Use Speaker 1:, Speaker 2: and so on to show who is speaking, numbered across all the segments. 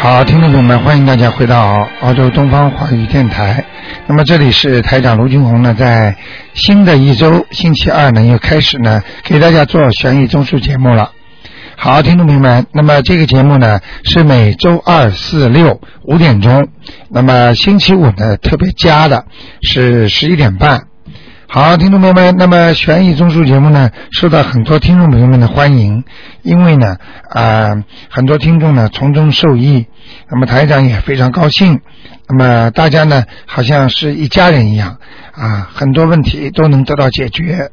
Speaker 1: 好，听众朋友们，欢迎大家回到澳洲东方华语电台。那么这里是台长卢军红呢，在新的一周星期二呢，又开始呢给大家做悬疑综述节目了。好，听众朋友们，那么这个节目呢是每周二、四、六五点钟，那么星期五呢特别加的是十一点半。好，听众朋友们，那么悬疑综述节目呢，受到很多听众朋友们的欢迎，因为呢，啊、很多听众呢从中受益，那么台长也非常高兴，那么大家呢好像是一家人一样，啊，很多问题都能得到解决，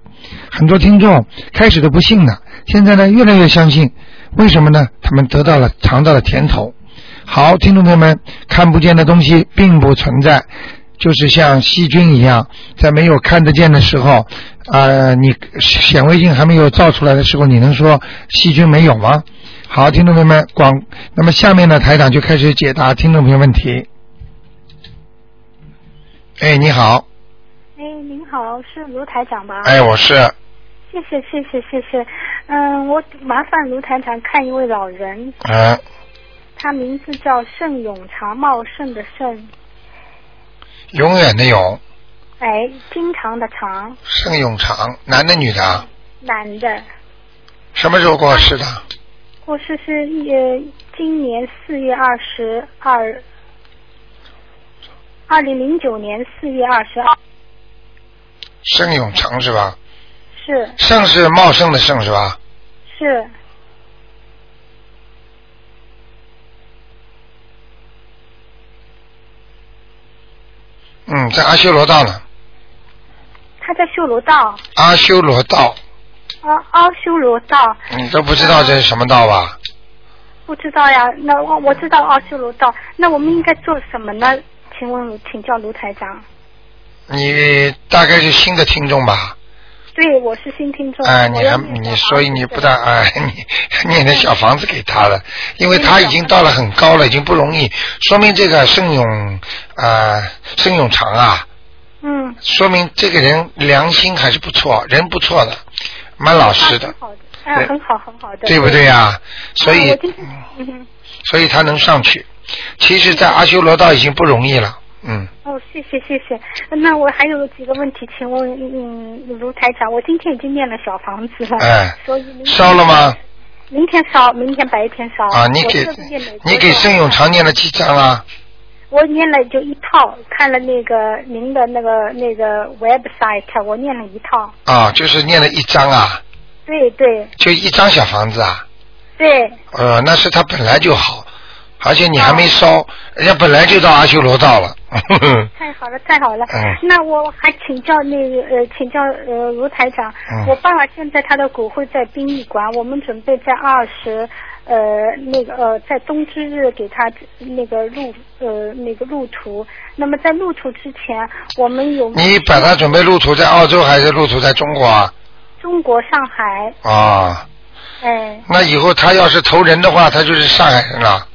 Speaker 1: 很多听众开始都不信呢，现在呢越来越相信，为什么呢？他们得到了尝到了甜头。好，听众朋友们，看不见的东西并不存在，就是像细菌一样，在没有看得见的时候，呃，你显微镜还没有照出来的时候，你能说细菌没有吗？好，听众朋友们，广那么下面呢，台长就开始解答听众朋友问题。哎，你好，
Speaker 2: 哎，您好，是卢台长吧？
Speaker 1: 哎，我是，
Speaker 2: 谢谢谢谢谢谢，嗯，我麻烦卢台长看一位老人，
Speaker 1: 呃，
Speaker 2: 他名字叫盛永长茂盛的盛，
Speaker 1: 永远的永，
Speaker 2: 哎，经常的常，
Speaker 1: 盛永长，男的女的啊？
Speaker 2: 男的，
Speaker 1: 什么时候过世的？
Speaker 2: 过世是一呃今年四月二十二，二零零九年四月二十二，
Speaker 1: 盛永长是吧？
Speaker 2: 是
Speaker 1: 盛是茂盛的盛是吧？
Speaker 2: 是，
Speaker 1: 嗯，在阿修罗道呢。
Speaker 2: 他在修罗道，
Speaker 1: 阿修罗道，
Speaker 2: 啊，阿修罗道，
Speaker 1: 你嗯都不知道这是什么道吧？
Speaker 2: 不知道呀，那我我知道阿修罗道，那我们应该做什么呢？请问卢，请教卢台长。
Speaker 1: 你大概是新的听众吧？
Speaker 2: 对，我是新听众。
Speaker 1: 哎，
Speaker 2: 我
Speaker 1: 你
Speaker 2: 要
Speaker 1: 还
Speaker 2: 念
Speaker 1: 你，
Speaker 2: 小
Speaker 1: 所以
Speaker 2: 房
Speaker 1: 你
Speaker 2: 子
Speaker 1: 不大哎， 你念的小房子给他了，因为他已经到了很高了，已经不容易，说明这个盛永啊，盛永长啊，
Speaker 2: 嗯，
Speaker 1: 说明这个人良心还是不错，人不错的，蛮老实
Speaker 2: 啊
Speaker 1: 的
Speaker 2: 很，好的，哎，
Speaker 1: 对
Speaker 2: 很好，很好的，
Speaker 1: 对不对呀、所
Speaker 2: 啊
Speaker 1: 以
Speaker 2: 我今天嗯哼，
Speaker 1: 所以他能上去，其实，在阿修罗道已经不容易了，嗯。
Speaker 2: 哦，谢谢谢谢。那我还有几个问题，请问，嗯，卢台长，我今天已经念了小房子了，
Speaker 1: 哎
Speaker 2: 所以明天
Speaker 1: 烧了吗？？
Speaker 2: 明天烧，明天白天烧。
Speaker 1: 啊，你
Speaker 2: 嗯我
Speaker 1: 给
Speaker 2: 这个念美国
Speaker 1: 你给
Speaker 2: 的
Speaker 1: 盛永长念了几张啊？
Speaker 2: 我念了就一套，看了那个您的那个那个 website，我念了一套。
Speaker 1: 啊，就是念了一张啊，
Speaker 2: 对对
Speaker 1: 就一张小房子啊。
Speaker 2: 对，
Speaker 1: 呃，那是他本来就好，而且你还没烧，人家本来就到阿修罗道了。
Speaker 2: 太好了太好了。
Speaker 1: 嗯
Speaker 2: 那我还请教那个呃，请教呃卢台长，
Speaker 1: 嗯
Speaker 2: 我爸爸现在他的骨灰在殡仪馆，我们准备在二十呃那个呃在冬至日给他那个入呃那个入土。那么在入土之前，我们有
Speaker 1: 你把它准备路途在澳洲还是路途在中国啊？
Speaker 2: 中国上海，
Speaker 1: 啊，
Speaker 2: 哎
Speaker 1: 那以后他要是投人的话，他就是上海人了。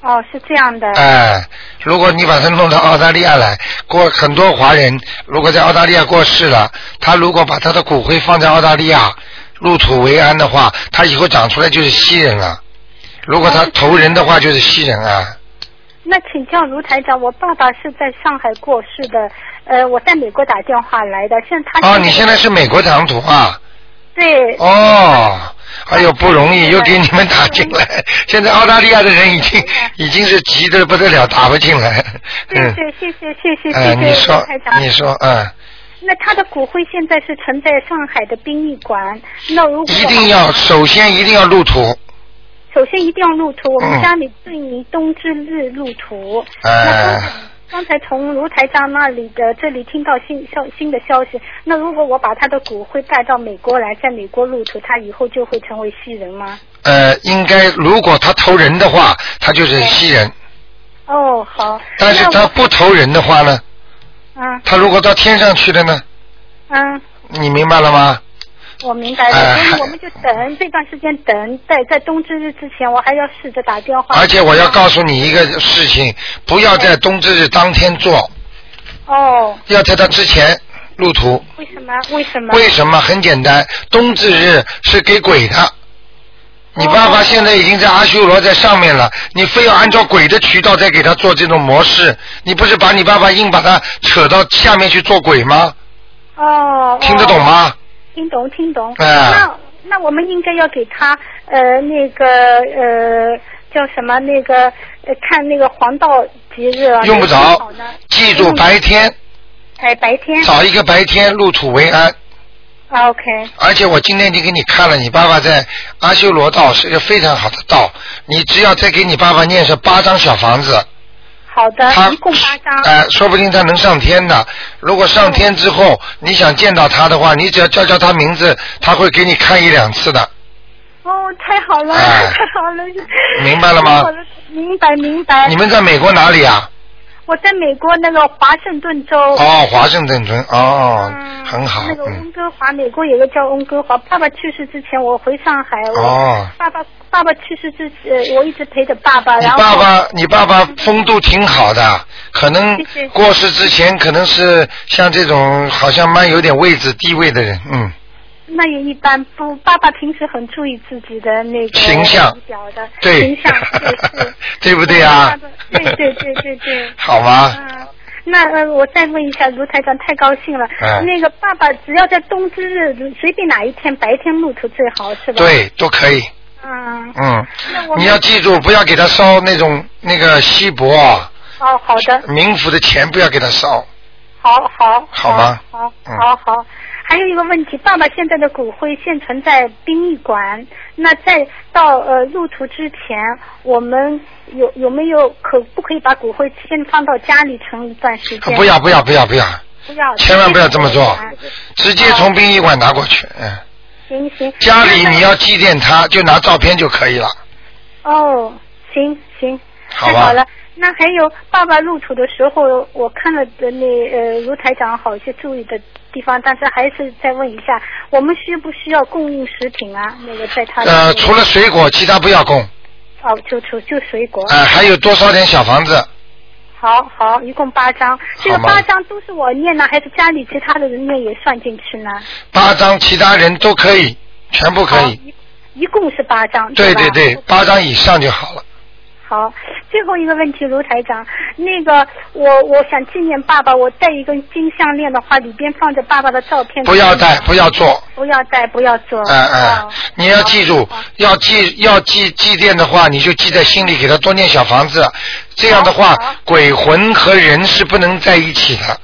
Speaker 2: 哦是这样的，
Speaker 1: 哎，如果你把他弄到澳大利亚来，过很多华人如果在澳大利亚过世了，他如果把他的骨灰放在澳大利亚入土为安的话，他以后长出来就是西人了。如果他投人的话，就是西人啊。
Speaker 2: 那请教卢台长，我爸爸是在上海过世的，呃，我在美国打电话来的，现在他
Speaker 1: 哦，你现在是美国长途啊？
Speaker 2: 对，
Speaker 1: 哦，哎呦，不容易，又给你们打进 来。现在澳大利亚的人已经已经是急得不得了，打不进来。
Speaker 2: 对
Speaker 1: 嗯，
Speaker 2: 对，谢谢谢谢
Speaker 1: 哎，你
Speaker 2: 谢谢卢
Speaker 1: 说
Speaker 2: 台长，。
Speaker 1: 你说，嗯。
Speaker 2: 那他的骨灰现在是存在上海的殡仪馆，那如果
Speaker 1: 一定要首先一定要入土，
Speaker 2: 首先一定要入土，我
Speaker 1: 嗯
Speaker 2: 们家里对应冬至日入土。那
Speaker 1: 呃
Speaker 2: 刚才刚才从卢台长那里的这里听到新消新的消息，那如果我把他的骨灰带到美国来，在美国入土，他以后就会成为西人吗？
Speaker 1: 呃，应该如果他投人的话，他就是西人；
Speaker 2: 哦，好。
Speaker 1: 但是
Speaker 2: 那
Speaker 1: 他
Speaker 2: 我
Speaker 1: 不投人的话呢，
Speaker 2: 嗯
Speaker 1: 他如果到天上去了呢，
Speaker 2: 嗯，
Speaker 1: 你明白了吗？
Speaker 2: 我明白了，
Speaker 1: 哎
Speaker 2: 所以我们就等这段时间等，在在冬至日之前，我还要试着打电话。
Speaker 1: 而且我要告诉你一个事情，不要在冬至日当天做，
Speaker 2: 哦，
Speaker 1: 要在他之前入土。
Speaker 2: 嗯为什么？为什么？
Speaker 1: 为什么？很简单，冬至日是给鬼的，你爸爸现在已经在阿修罗在上面了，你非要按照鬼的渠道再给他做这种模式，你不是把你爸爸硬把他扯到下面去做鬼吗？
Speaker 2: 哦，
Speaker 1: 听得懂
Speaker 2: 哦？
Speaker 1: 吗？
Speaker 2: 听懂，听懂。
Speaker 1: 哎
Speaker 2: 那那我们应该要给他呃那个呃叫什么那个呃看那个黄道吉日啊。
Speaker 1: 用不
Speaker 2: 那个好嗯
Speaker 1: 着
Speaker 2: 呢，
Speaker 1: 记住白天
Speaker 2: 哎白天。
Speaker 1: 找一个白天入土为安。
Speaker 2: 啊 OK，
Speaker 1: 而且我今天已经给你看了，你爸爸在阿修罗道是一个非常好的道，你只要再给你爸爸念上八张小房子，
Speaker 2: 好的
Speaker 1: 他，
Speaker 2: 呃一共八张。嗯
Speaker 1: 哎、说不定他能上天的。如果上天之后你想见到他的话，你只要叫叫他名字，他会给你看一两次的。
Speaker 2: 哦，太好了，
Speaker 1: 哎
Speaker 2: 太好了。
Speaker 1: 明白了吗
Speaker 2: 好的？明白明白
Speaker 1: 你。们在美国哪里啊？
Speaker 2: 我在美国那个华盛顿州。
Speaker 1: 哦，华盛顿村，哦，
Speaker 2: 嗯
Speaker 1: 很好
Speaker 2: 那，个
Speaker 1: 嗯
Speaker 2: 温，哥华，美国有个叫温哥华。爸爸去世之前，我回上海。我
Speaker 1: 哦
Speaker 2: 爸爸，爸爸去世之前，我一直陪着爸爸。
Speaker 1: 你
Speaker 2: 啊然
Speaker 1: 爸
Speaker 2: 后
Speaker 1: 爸，你爸爸风度挺好的，可能
Speaker 2: 谢谢
Speaker 1: 过世之前可能是像这种好像蛮有点位置地位的人，嗯。
Speaker 2: 那也一般不，爸爸平时很注意自己的那个
Speaker 1: 形象
Speaker 2: 仪表的
Speaker 1: 对，
Speaker 2: 形象，对是
Speaker 1: 对不对啊？
Speaker 2: 对对对对对
Speaker 1: 好吗？
Speaker 2: 嗯，那呃，我再问一下卢台长，太高兴了。
Speaker 1: 嗯
Speaker 2: 那个爸爸只要在冬至日，随便哪一天白天路途最好是吧？。
Speaker 1: 对，都可以。
Speaker 2: 嗯，
Speaker 1: 嗯，
Speaker 2: 那我们
Speaker 1: 你要记住，不要给他烧那种那个锡箔啊，
Speaker 2: 哦，好的，
Speaker 1: 冥府的钱不要给他烧。
Speaker 2: 好好
Speaker 1: 好吗
Speaker 2: 好
Speaker 1: 嗯
Speaker 2: 好好。还有一个问题，爸爸现在的骨灰现存在殡仪馆，那在到呃入土之前，我们有有没有可不可以把骨灰先放到家里存一段时间？
Speaker 1: 不要不要不要不要，
Speaker 2: 不要，
Speaker 1: 千万不要这么做
Speaker 2: 嗯
Speaker 1: 直接从殡仪馆拿过去。嗯，
Speaker 2: 行行，
Speaker 1: 家里你要祭奠他，就拿照片就可以了，
Speaker 2: 哦，行行，
Speaker 1: 好
Speaker 2: 太
Speaker 1: 吧
Speaker 2: 好了。那还有爸爸入土的时候，我看了的那呃卢台长好些注意的地方，但是还是再问一下，我们需不需要供应食品啊？那个在他的
Speaker 1: 呃，除了水果，其他不要供。
Speaker 2: 哦，就就就水果。
Speaker 1: 哎、还有多烧点小房子，
Speaker 2: 好好，一共八张，这个
Speaker 1: 好吗
Speaker 2: 八张都是我念呢，还是家里其他的人念也算进去呢？
Speaker 1: 八张，其他人都可以，全部可
Speaker 2: 好
Speaker 1: 以。
Speaker 2: 一哦一共是八张，
Speaker 1: 对
Speaker 2: 对
Speaker 1: 对
Speaker 2: 吧
Speaker 1: 对，八张以上就好了。
Speaker 2: 好，最后一个问题，卢台长，那个我我想纪念爸爸，我戴一根金项链的话，里边放着爸爸的照片。
Speaker 1: 不要戴，不要做。
Speaker 2: 不要戴，不要做。
Speaker 1: 哎哎
Speaker 2: 嗯哦，
Speaker 1: 你要记住
Speaker 2: 好好，
Speaker 1: 要记要记祭奠的话，你就记在心里，给他多念小房子。这样的话
Speaker 2: 好好，
Speaker 1: 鬼魂和人是不能在一起的。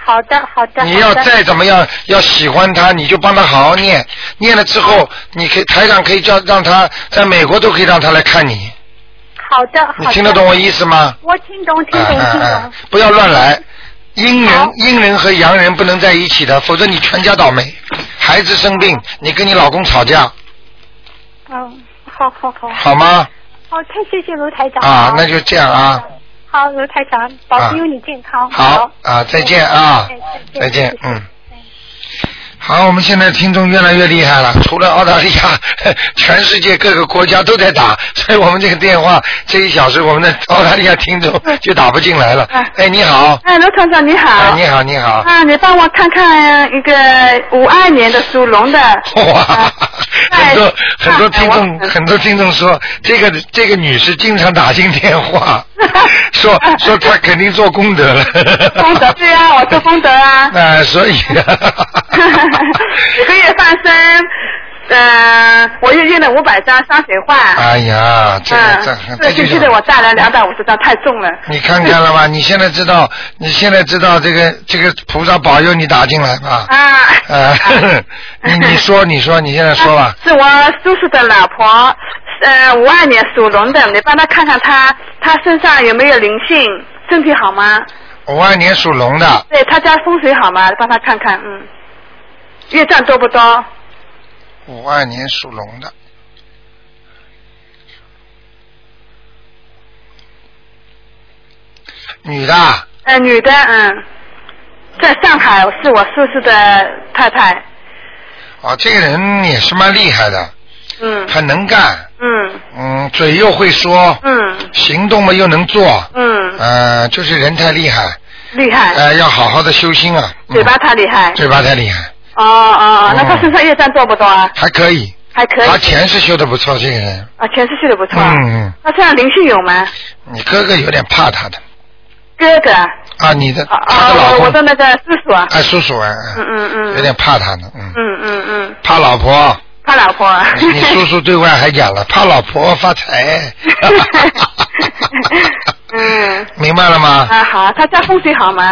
Speaker 2: 好的，好的。
Speaker 1: 你要
Speaker 2: 好的
Speaker 1: 再怎么样，要喜欢他，你就帮他好好念。念了之
Speaker 2: 哦
Speaker 1: 后，你可以台长可以叫让他在美国都可以让他来看你。
Speaker 2: 好的，好
Speaker 1: 你
Speaker 2: 的。
Speaker 1: 听得懂？我意思吗？
Speaker 2: 我听懂，听
Speaker 1: 哎
Speaker 2: 懂，
Speaker 1: 哎
Speaker 2: 听
Speaker 1: 哎
Speaker 2: 懂。，
Speaker 1: 不要乱来。阴人
Speaker 2: 好
Speaker 1: 阴人和阳人不能在一起的，否则你全家倒霉。孩子生病，你跟你老公吵架，
Speaker 2: 嗯，好好好。
Speaker 1: 好吗？
Speaker 2: 好，太谢谢卢台长了。
Speaker 1: 啊，那就这样啊。
Speaker 2: 好，卢台长，保佑你健康。
Speaker 1: 好啊，再见啊
Speaker 2: 哎，
Speaker 1: 再
Speaker 2: 再
Speaker 1: 见
Speaker 2: 见，
Speaker 1: 嗯。好，我们现在听众越来越厉害了，除了澳大利亚， 全世界各个国家都在打， 所以我们这个电话这一小时，我们的澳大利亚听众就打不进来了
Speaker 3: 哎。
Speaker 1: 哎，你好，
Speaker 3: 哎，罗厂长你好。
Speaker 1: 哎，你好，你好，
Speaker 3: 啊，你帮我看看一个五二年的属龙的。
Speaker 1: 哇
Speaker 3: 啊，
Speaker 1: 很多
Speaker 3: 在
Speaker 1: 很多听众
Speaker 3: 上海哎我
Speaker 1: 很多听众说，这个这个女士经常打进电话， 说说她肯定做功德了，，
Speaker 3: 功德对啊，我做功德啊
Speaker 1: 那所以，
Speaker 3: 每个月放生，嗯、我又运了五百张山水画。
Speaker 1: 哎呀，这个这
Speaker 3: 嗯，这个
Speaker 1: 就
Speaker 3: 星期的我带了两百五十张，太重了。
Speaker 1: 你看看了吧？你现在知道，你现在知道这个这个菩萨保佑你打进来吧？
Speaker 3: 啊。 啊
Speaker 1: 啊， 你你说你说你现在说吧。
Speaker 3: 是我叔叔的老婆，呃，五二年属龙的，你帮他看看他，他身上有没有灵性，身体好吗？
Speaker 1: 五二年属龙的，
Speaker 3: 对他家风水好吗？帮他看看，嗯，业障多不多？
Speaker 1: 五二年属龙的。女的啊，
Speaker 3: 呃，女的，嗯，在上海是我叔叔的太太，
Speaker 1: 哦，这个人也是蛮厉害的，
Speaker 3: 嗯
Speaker 1: 很能干，
Speaker 3: 嗯
Speaker 1: 嗯，嘴又会说，
Speaker 3: 嗯
Speaker 1: 行动嘛又能做，
Speaker 3: 嗯，
Speaker 1: 呃，就是人太厉害，
Speaker 3: 厉害，
Speaker 1: 呃，要好好的修心啊。嗯
Speaker 3: 嘴巴太厉害，
Speaker 1: 嘴巴太厉害，
Speaker 3: 哦哦哦，那他
Speaker 1: 嗯
Speaker 3: 身上业障多不多啊？
Speaker 1: 还可以，
Speaker 3: 还可以
Speaker 1: 他前世修的不错，这个人，
Speaker 3: 啊，前世修的不错啊。
Speaker 1: 嗯嗯
Speaker 3: 那这样灵性有吗？
Speaker 1: 你哥哥有点怕他的
Speaker 3: 哥哥啊
Speaker 1: 啊，你的他
Speaker 3: 啊，
Speaker 1: 的老
Speaker 3: 我我
Speaker 1: 公
Speaker 3: 的那个叔叔啊，
Speaker 1: 哎，叔叔哎，
Speaker 3: 嗯嗯嗯，
Speaker 1: 有点怕他呢，嗯，
Speaker 3: 嗯嗯嗯，
Speaker 1: 怕老婆，
Speaker 3: 他老婆啊。，
Speaker 1: 你你叔叔对外还讲了，怕老婆发财
Speaker 3: 嗯，
Speaker 1: 明白了吗？
Speaker 3: 啊好，他家风水好吗？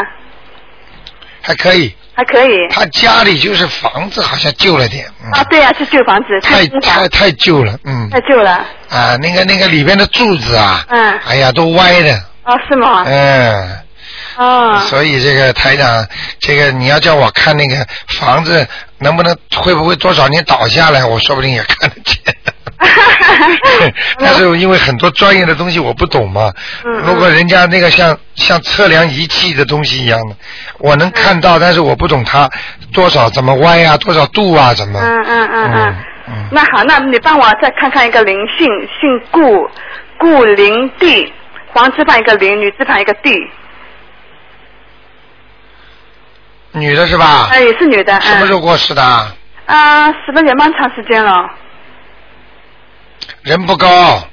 Speaker 1: 还可以，
Speaker 3: 还可以。
Speaker 1: 他家里就是房子好像旧了点，嗯、
Speaker 3: 啊，对呀、是旧房子，
Speaker 1: 太
Speaker 3: 新
Speaker 1: 太
Speaker 3: 房，
Speaker 1: 太旧了，嗯
Speaker 3: 太旧了。
Speaker 1: 啊，那个那个里边的柱子啊，
Speaker 3: 嗯
Speaker 1: 哎呀都歪的，
Speaker 3: 哦，是吗？
Speaker 1: 嗯，
Speaker 3: 哦，
Speaker 1: 所以这个台长，这个你要叫我看那个房子能不能会不会多少年倒下来，我说不定也看得 见。但是因为很多专业的东西我不懂嘛，
Speaker 3: 嗯嗯
Speaker 1: 如果人家那个像像测量仪器的东西一样的，我能看
Speaker 3: 嗯
Speaker 1: 到，但是我不懂它多少怎么歪啊，多少度啊，怎么？
Speaker 3: 嗯嗯嗯嗯
Speaker 1: 嗯。
Speaker 3: 那好，那你帮我再看看一个灵性，姓顾，顾灵地，黄字旁一个灵，女字旁一个地，
Speaker 1: 女的是吧？
Speaker 3: 呃，也是女的，嗯。
Speaker 1: 啊什么时候过世的啊？
Speaker 3: 啊，死了也蛮长时间了，
Speaker 1: 人不高，
Speaker 3: 哦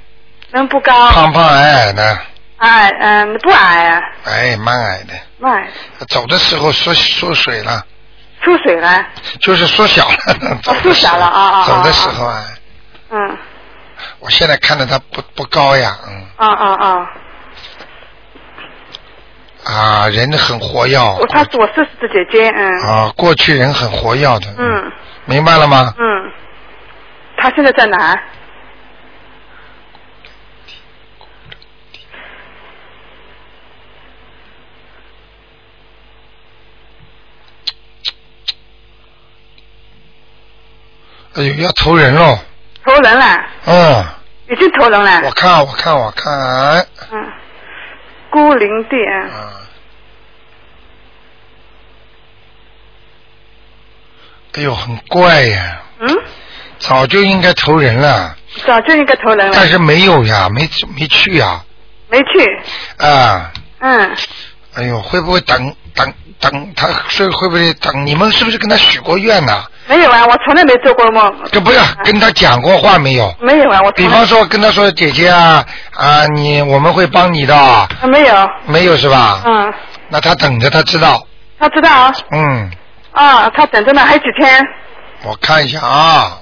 Speaker 3: 人不高，
Speaker 1: 胖胖矮矮的，
Speaker 3: 矮，嗯，不矮啊，
Speaker 1: 哎，蛮矮的。
Speaker 3: 不矮，
Speaker 1: 走的时候缩缩水了。
Speaker 3: 出水了，
Speaker 1: 就是缩小了， 走的时候
Speaker 3: 缩小了啊啊啊
Speaker 1: 走的时候啊，
Speaker 3: 嗯，
Speaker 1: 我现在看着他不不高呀，嗯
Speaker 3: 啊啊啊，
Speaker 1: 啊，人很活跃，嗯
Speaker 3: 我她是我叔叔的姐姐，嗯
Speaker 1: 啊，过去人很活跃的，
Speaker 3: 嗯
Speaker 1: 明白了吗？
Speaker 3: 嗯，她现在在哪？
Speaker 1: 哎呦，要投人喽，
Speaker 3: 投人了，
Speaker 1: 嗯，
Speaker 3: 已经投人
Speaker 1: 我
Speaker 3: 了，
Speaker 1: 看我看我看，
Speaker 3: 嗯，孤零地，嗯
Speaker 1: 啊，哎呦，很怪呀，
Speaker 3: 嗯，
Speaker 1: 早就应该投人了，
Speaker 3: 早就应该投人了，
Speaker 1: 但是没有呀，没没去呀，
Speaker 3: 没去，
Speaker 1: 啊。
Speaker 3: 嗯，
Speaker 1: 哎呦，会不会等等等他睡会不会等？你们是不是跟他许过愿呐、
Speaker 3: 没有啊，我从来没做过梦，
Speaker 1: 这不是跟他讲过话没有？
Speaker 3: 没有啊，我
Speaker 1: 比
Speaker 3: 从
Speaker 1: 方
Speaker 3: 来
Speaker 1: 说跟他说姐姐啊啊，你我们会帮你的啊，
Speaker 3: 啊没有，
Speaker 1: 没有是吧？
Speaker 3: 嗯，
Speaker 1: 那他等着他知道，
Speaker 3: 她知道啊
Speaker 1: 嗯，
Speaker 3: 啊，她等着呢，还有几天，
Speaker 1: 我看一下啊，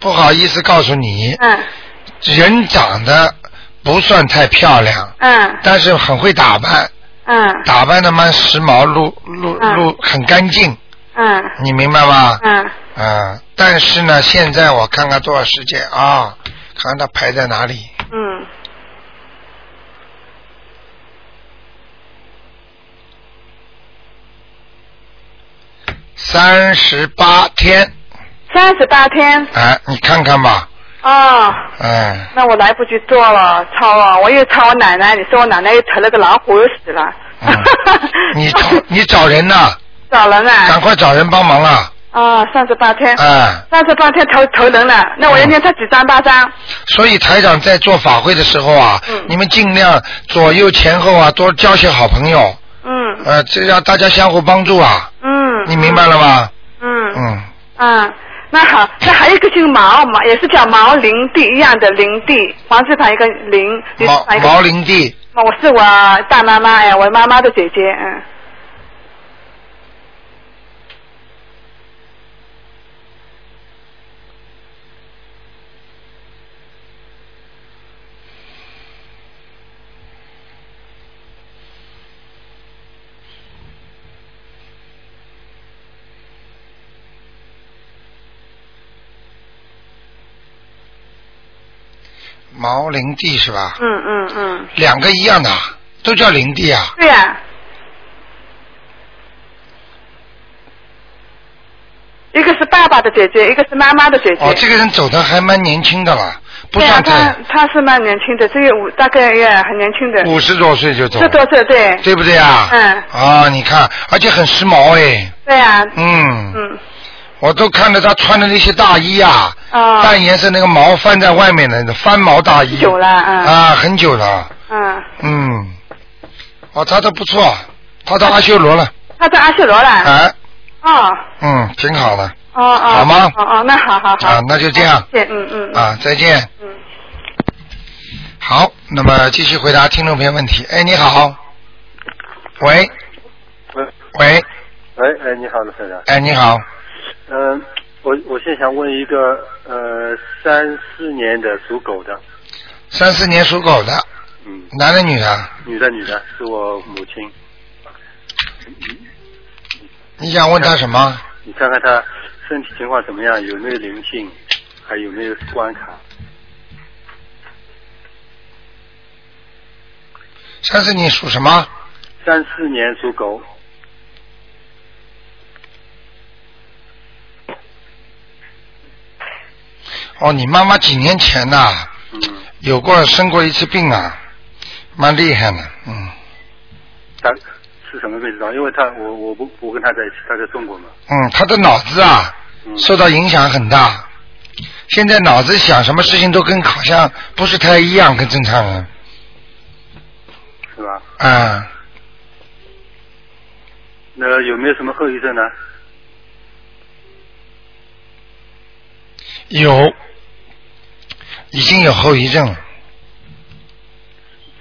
Speaker 1: 不好意思告诉你，
Speaker 3: 嗯
Speaker 1: 人长得不算太漂亮，
Speaker 3: 嗯
Speaker 1: 但是很会打扮，
Speaker 3: 嗯。
Speaker 1: 打扮的蛮时髦，路路
Speaker 3: 嗯
Speaker 1: 路很干净，
Speaker 3: 嗯
Speaker 1: 你明白吗？
Speaker 3: 嗯
Speaker 1: 啊，但是呢，现在我看看多少时间啊，看看它排在哪里。
Speaker 3: 嗯
Speaker 1: 三十八天，，
Speaker 3: 三十八天
Speaker 1: 啊，你看看吧，
Speaker 3: 哦，
Speaker 1: 嗯，
Speaker 3: 那我来不及做了，操啊！我又操我奶奶，你说我奶奶又投了个老虎又死了，
Speaker 1: 嗯 你找你找人呐、
Speaker 3: 找人
Speaker 1: 赶
Speaker 3: 啊？
Speaker 1: 快找人帮忙啊，
Speaker 3: 哦，三十八天，
Speaker 1: 啊，
Speaker 3: 三十八天投投人了，那我要念他几张八张？
Speaker 1: 所以台长在做法会的时候啊，
Speaker 3: 嗯
Speaker 1: 你们尽量左右前后啊，多交些好朋友，
Speaker 3: 嗯
Speaker 1: 呃，这让大家相互帮助啊，
Speaker 3: 嗯，
Speaker 1: 你明白了吗？
Speaker 3: 嗯？嗯
Speaker 1: 嗯，
Speaker 3: 嗯，那好，那还有一个姓毛，毛也是叫毛林地一样的林地，黄字旁一个林，林字
Speaker 1: 毛
Speaker 3: 旁一
Speaker 1: 毛
Speaker 3: 个。
Speaker 1: 林地，
Speaker 3: 我是我大妈妈哎，我妈妈的姐姐，嗯。
Speaker 1: 毛林地是吧？
Speaker 3: 嗯嗯嗯，
Speaker 1: 两个一样的啊，都叫林地啊。
Speaker 3: 对呀、一个是爸爸的姐姐，一个是妈妈的姐姐。
Speaker 1: 哦，这个人走的还蛮年轻的了，不
Speaker 3: 对呀、啊
Speaker 1: 算
Speaker 3: 她
Speaker 1: 太
Speaker 3: 她是蛮年轻的，只有五大概也很年轻的，
Speaker 1: 五十多岁就走
Speaker 3: 十
Speaker 1: 了，
Speaker 3: 多岁对。
Speaker 1: 对不对啊？
Speaker 3: 嗯
Speaker 1: 啊，你看，而且很时髦哎，
Speaker 3: 对呀、
Speaker 1: 嗯，
Speaker 3: 嗯
Speaker 1: 我都看着他穿的那些大衣啊，
Speaker 3: 啊，
Speaker 1: 淡颜色那个毛翻在外面的翻毛大衣，
Speaker 3: 久了嗯
Speaker 1: 啊，很久了，
Speaker 3: 嗯，
Speaker 1: 嗯，哦，他都不错，他到阿修罗了，
Speaker 3: 嗯她在阿修罗了。
Speaker 1: 哎，
Speaker 3: 哦
Speaker 1: 嗯，挺好的，
Speaker 3: 哦哦，
Speaker 1: 好吗
Speaker 3: 哦哦，那好好好。
Speaker 1: 啊那就这样
Speaker 3: 谢谢，嗯嗯。嗯
Speaker 1: 啊，再见。
Speaker 3: 嗯。
Speaker 1: 好，那么继续回答听众朋友问题。哎，你好。喂
Speaker 4: 喂
Speaker 1: 喂，
Speaker 4: 喂，哎，你好，卢先生。
Speaker 1: 哎，你好，
Speaker 4: 嗯、我我现在想问一个呃，三四年的属狗的，
Speaker 1: 三四年属狗的，
Speaker 4: 嗯，
Speaker 1: 男的女的？
Speaker 4: 女的女的，是我母亲。
Speaker 1: 你想问他什么？
Speaker 4: 你看看她身体情况怎么样，有没有灵性，还有没有关卡？
Speaker 1: 三四年属什么？
Speaker 4: 三四年属狗，
Speaker 1: 哦，你妈妈几年前呐、
Speaker 4: 嗯，
Speaker 1: 有过生过一次病啊，蛮厉害的，嗯
Speaker 4: 她是什么位置上？因为她我我不我跟她在一起，她在中国嘛，
Speaker 1: 嗯，他的脑子啊
Speaker 4: 嗯，
Speaker 1: 受到影响很大，现在脑子想什么事情都跟好像不是太一样，跟正常人，
Speaker 4: 是吧？
Speaker 1: 啊、
Speaker 4: 那有没有什么后遗症呢？
Speaker 1: 有，已经有后遗症了，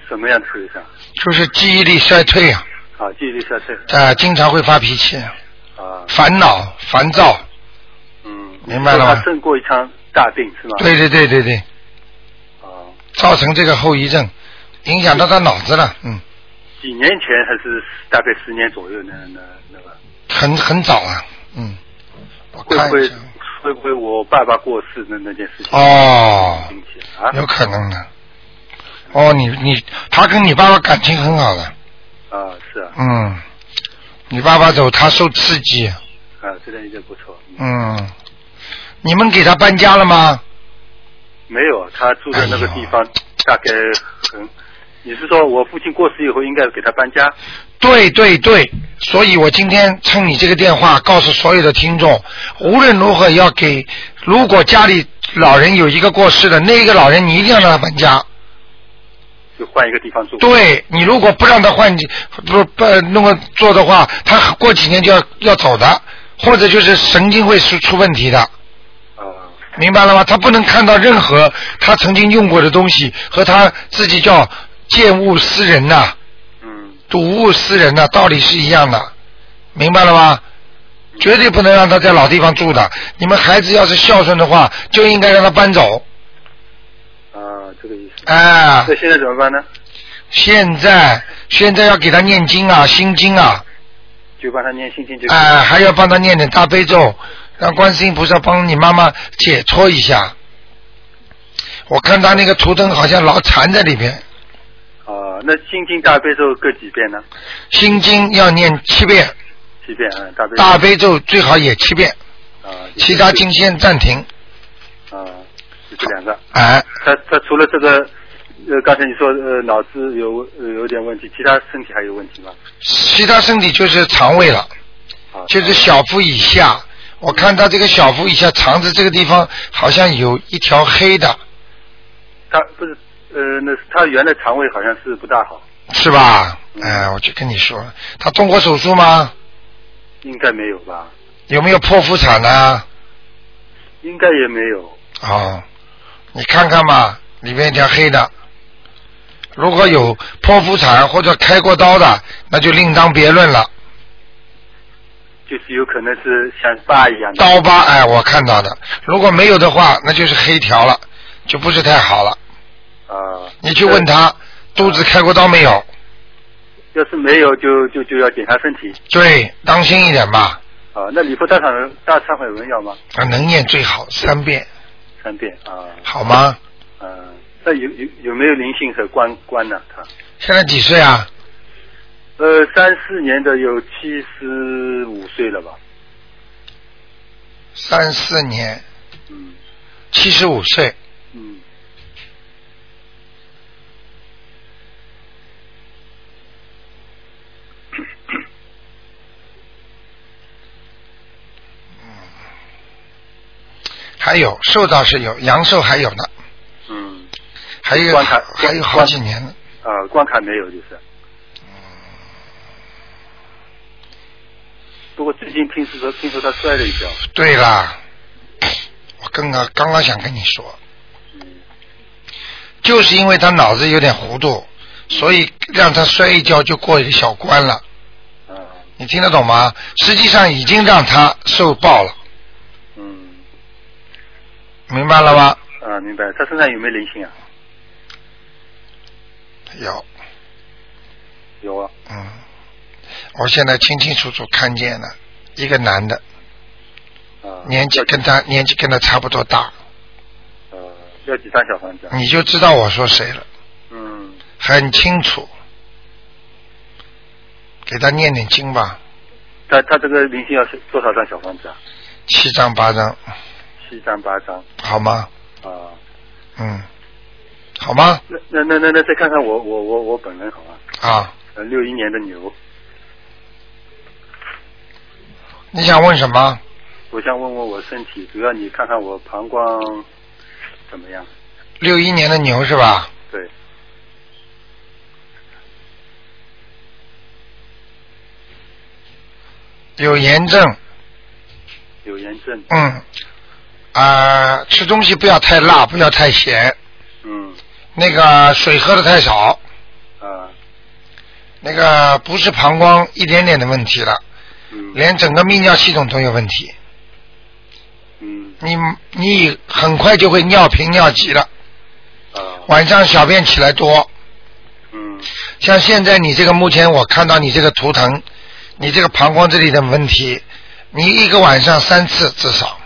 Speaker 4: 什么样的后遗症？
Speaker 1: 就是记忆力衰退啊，
Speaker 4: 啊，记忆力衰退
Speaker 1: 啊、经常会发脾气，
Speaker 4: 啊，
Speaker 1: 烦恼、烦躁，
Speaker 4: 嗯，
Speaker 1: 明白了吗
Speaker 4: 她生过一场大病是吧？
Speaker 1: 对对对对对，
Speaker 4: 啊。
Speaker 1: 造成这个后遗症，影响到他脑子了，嗯，
Speaker 4: 几年前还是大概十年左右呢？那那个
Speaker 1: 很很早啊，嗯，我
Speaker 4: 会
Speaker 1: 看
Speaker 4: 不
Speaker 1: 一
Speaker 4: 会
Speaker 1: 下，
Speaker 4: 会不会我爸爸过世的那件事情
Speaker 1: 哦，
Speaker 4: 引起的啊？
Speaker 1: 有可能的。哦，你你他跟你爸爸感情很好的，
Speaker 4: 啊，是啊，
Speaker 1: 嗯，你爸爸走他受刺激，
Speaker 4: 啊，这段应该不错。嗯
Speaker 1: 嗯，你们给他搬家了吗？
Speaker 4: 没有，他住在那个
Speaker 1: 哎呦
Speaker 4: 地方，大概很。你是说我父亲过世以后应该给他搬家？
Speaker 1: 对对对，所以我今天趁你这个电话，告诉所有的听众，无论如何要给，如果家里老人有一个过世的，那一个老人你一定要让他搬家。
Speaker 4: 就换一个地方住？
Speaker 1: 对你如果不让他换，不不弄个做的话，他过几年就要要走的，或者就是神经会出出问题的，
Speaker 4: 啊，
Speaker 1: 明白了吗？他不能看到任何他曾经用过的东西和他自己叫见物思人呐、
Speaker 4: 嗯
Speaker 1: 睹物思人呐、道理是一样的，明白了吗？绝对不能让他在老地方住的。你们孩子要是孝顺的话，就应该让他搬走。
Speaker 4: 啊，这个意思。
Speaker 1: 哎
Speaker 4: 那，现在怎么办呢？
Speaker 1: 现在现在要给他念经啊，心经啊，
Speaker 4: 就帮他念心经就可以
Speaker 1: 哎，
Speaker 4: 了。
Speaker 1: 还要帮他念点大悲咒，让观世音菩萨帮你妈妈解脱一下。我看他那个图腾好像老缠在里边，
Speaker 4: 啊，那心经大悲咒各几遍呢？
Speaker 1: 心经要念七遍，
Speaker 4: 几遍啊？大悲咒
Speaker 1: 大悲咒最好也七遍，
Speaker 4: 啊，
Speaker 1: 其他经先暂停。
Speaker 4: 啊，就这两个。
Speaker 1: 哎，
Speaker 4: 他他除了这个，呃，刚才你说呃脑子有呃有点问题，其他身体还有问题吗？
Speaker 1: 其他身体就是肠胃了。
Speaker 4: 啊，
Speaker 1: 就是小腹以下，我看他这个小腹以下肠子这个地方好像有一条黑的，
Speaker 4: 他不是呃，那是他原来肠胃好像是不大好，
Speaker 1: 是吧？哎，我就跟你说，他动过手术吗？
Speaker 4: 应该没有吧？
Speaker 1: 有没有剖腹产呢、啊？
Speaker 4: 应该也没有。
Speaker 1: 哦，你看看嘛，里面一条黑的。如果有剖腹产或者开过刀的，那就另当别论了。
Speaker 4: 就是有可能是像疤一样的，
Speaker 1: 刀疤，哎，我看到的。如果没有的话，那就是黑条了，就不是太好了。
Speaker 4: 啊！
Speaker 1: 你去问他肚子开过刀没有？
Speaker 4: 呃，要是没有就就就要检查身体
Speaker 1: 对，当心一点吧。
Speaker 4: 啊。那礼佛大忏大忏悔文要吗？
Speaker 1: 啊，能念最好三遍，
Speaker 4: 三遍啊，
Speaker 1: 好吗？
Speaker 4: 嗯、那有有有没有灵性和关关呢？他
Speaker 1: 现在几岁啊？
Speaker 4: 呃，三四年的有七十五岁了吧？
Speaker 1: 三四年，
Speaker 4: 嗯
Speaker 1: 七十五岁。
Speaker 4: 嗯。
Speaker 1: 还有寿倒是有，阳寿还有呢，
Speaker 4: 嗯，呃
Speaker 1: 还有
Speaker 4: 关卡
Speaker 1: 还有好几年呢。
Speaker 4: 啊，关卡没有就是，不过最近听说听说他摔了一跤，
Speaker 1: 对啦，我刚刚刚刚想跟你说，就是因为他脑子有点糊涂，所以让他摔一跤就过一个小关了。
Speaker 4: 嗯
Speaker 1: 你听得懂吗？实际上已经让他受报了，
Speaker 4: 嗯
Speaker 1: 明白了吗？
Speaker 4: 啊，明白。他身上有没有灵性啊？
Speaker 1: 有，
Speaker 4: 有啊，
Speaker 1: 嗯，我现在清清楚楚看见了一个男的，
Speaker 4: 啊，
Speaker 1: 年纪跟他年纪跟他差不多大，
Speaker 4: 呃要几张小房子啊？
Speaker 1: 你就知道我说谁了，
Speaker 4: 嗯，
Speaker 1: 很清楚。给他念点经吧，
Speaker 4: 他他这个灵性要是多少张小房子啊？
Speaker 1: 七张八张，
Speaker 4: 七张八张
Speaker 1: 好吗？
Speaker 4: 啊。
Speaker 1: 嗯，好吗？
Speaker 4: 那那那那那再看看我我我我本人好吧？
Speaker 1: 啊，
Speaker 4: 呃，六一年的牛，
Speaker 1: 你想问什么？
Speaker 4: 我想问问我身体，主要你看看我膀胱怎么样？
Speaker 1: 六一年的牛是吧？
Speaker 4: 对，
Speaker 1: 有炎症，
Speaker 4: 有炎症，
Speaker 1: 嗯，啊、吃东西不要太辣，不要太咸，
Speaker 4: 嗯
Speaker 1: 那个水喝的太少，
Speaker 4: 啊
Speaker 1: 那个不是膀胱一点点的问题了，
Speaker 4: 嗯
Speaker 1: 连整个泌尿系统都有问题，
Speaker 4: 嗯
Speaker 1: 你你很快就会尿频尿急了，
Speaker 4: 啊
Speaker 1: 晚上小便起来多，
Speaker 4: 嗯
Speaker 1: 像现在你这个目前我看到你这个图腾，你这个膀胱这里的问题，你一个晚上三次至少，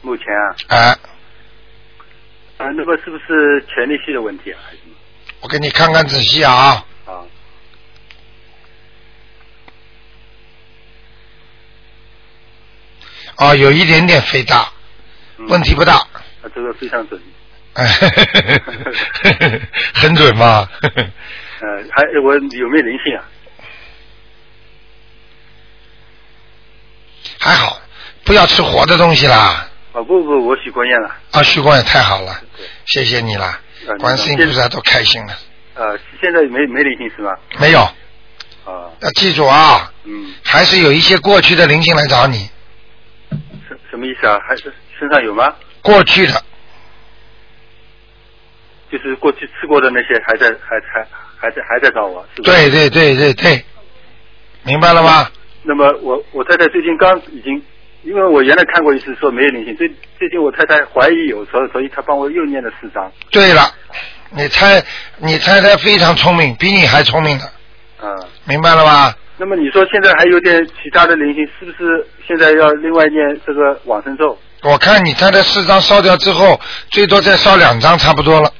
Speaker 4: 目前啊
Speaker 1: 哎、
Speaker 4: 啊，那么是不是前列腺的问题啊？还是
Speaker 1: 我给你看看仔细啊，
Speaker 4: 啊
Speaker 1: 啊，有一点点肥大，
Speaker 4: 嗯
Speaker 1: 问题不大，
Speaker 4: 啊，这个非常准。
Speaker 1: 哎 很准嘛，
Speaker 4: 呃，还我有没有灵性啊？
Speaker 1: 还好，不要吃活的东西啦。
Speaker 4: 啊不不，我许过愿了。
Speaker 1: 啊，旭光也太好了
Speaker 4: 对，
Speaker 1: 谢谢你啦
Speaker 4: 啊，
Speaker 1: 观世音菩萨都开心了。
Speaker 4: 呃，现在没没灵性是吧？
Speaker 1: 没有，
Speaker 4: 啊，
Speaker 1: 要记住啊，
Speaker 4: 嗯，
Speaker 1: 还是有一些过去的灵性来找你，
Speaker 4: 什什么意思啊？还是身上有吗？
Speaker 1: 过去的
Speaker 4: 就是过去吃过的那些还在还还还在还在找我，是吧？
Speaker 1: 对对对对对，明白了吗？
Speaker 4: 那么我我太太最近刚已经，因为我原来看过一次说没有灵性，最最近我太太怀疑有，所以所以她帮我又念了四张。
Speaker 1: 对了，你猜你猜猜非常聪明，比你还聪明的，
Speaker 4: 啊、
Speaker 1: 明白了吧？
Speaker 4: 那么你说现在还有点其他的灵性，是不是现在要另外念这个往生咒？
Speaker 1: 我看你猜猜四张烧掉之后，最多再烧两张差不多了，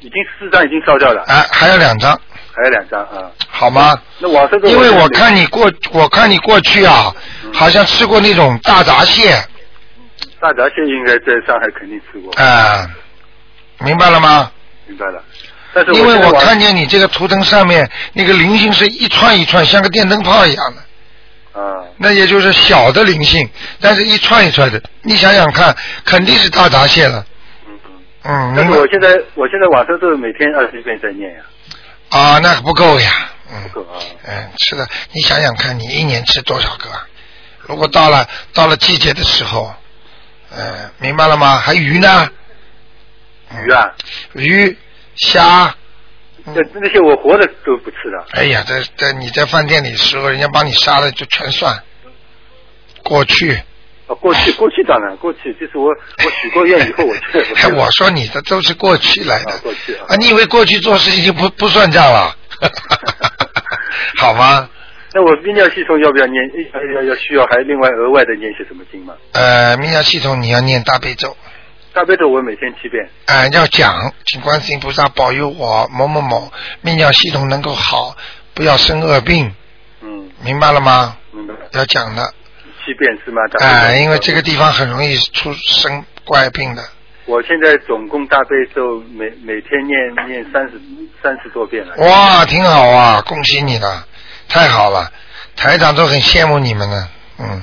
Speaker 4: 已经四张已经烧掉了，
Speaker 1: 哎、还有两张，
Speaker 4: 还有两张啊。
Speaker 1: 好吗？
Speaker 4: 那往生咒
Speaker 1: 因为我
Speaker 4: 现在
Speaker 1: 看你过，我看你过去啊，好像吃过那种大闸蟹，
Speaker 4: 大闸蟹应该在上海肯定吃过，
Speaker 1: 啊、明白了吗？
Speaker 4: 明白了。但是
Speaker 1: 因为
Speaker 4: 现在
Speaker 1: 我
Speaker 4: 往
Speaker 1: 看见你这个图腾上面那个灵性是一串一串，像个电灯泡一样的，
Speaker 4: 啊
Speaker 1: 那也就是小的灵性，但是一串一串的。你想想看，肯定是大闸蟹了。
Speaker 4: 嗯嗯。
Speaker 1: 嗯，
Speaker 4: 但
Speaker 1: 明
Speaker 4: 是
Speaker 1: 白
Speaker 4: 我现在我现在往生咒每天二十一遍在念呀，
Speaker 1: 啊，那不够呀。嗯
Speaker 4: 不够啊。
Speaker 1: 嗯，是的，你想想看，你一年吃多少个啊？如果到了到了季节的时候，呃，明白了吗？还鱼呢？嗯
Speaker 4: 鱼啊，
Speaker 1: 鱼、虾，嗯
Speaker 4: 那那些我活的都不吃的。
Speaker 1: 哎呀，在在你在饭店里的时候，人家帮你杀了就全算。过去，
Speaker 4: 啊，过去过去当然过去，就是我我许过愿以后我就
Speaker 1: 哎， 我说你的都是过去来的
Speaker 4: 啊过去啊
Speaker 1: 你以为过去做事情就不不算账了？ 好吗？
Speaker 4: 那我泌尿系统要不要念？要要要需要还另外额外的念些什么经吗？
Speaker 1: 呃，冥想系统你要念大悲咒，
Speaker 4: 大悲咒我每天七遍。
Speaker 1: 啊、要讲，请观世音菩萨保佑我某某某泌尿系统能够好，不要生恶病，
Speaker 4: 嗯，
Speaker 1: 明白了吗？
Speaker 4: 明白了。
Speaker 1: 要讲的，
Speaker 4: 七遍是吗？大悲咒
Speaker 1: 哎、因为这个地方很容易出生怪病的，
Speaker 4: 我现在总共大悲咒每每天念念三十三十多遍了。
Speaker 1: 哇，挺好啊，恭喜你了，太好了，台长都很羡慕你们呢，嗯，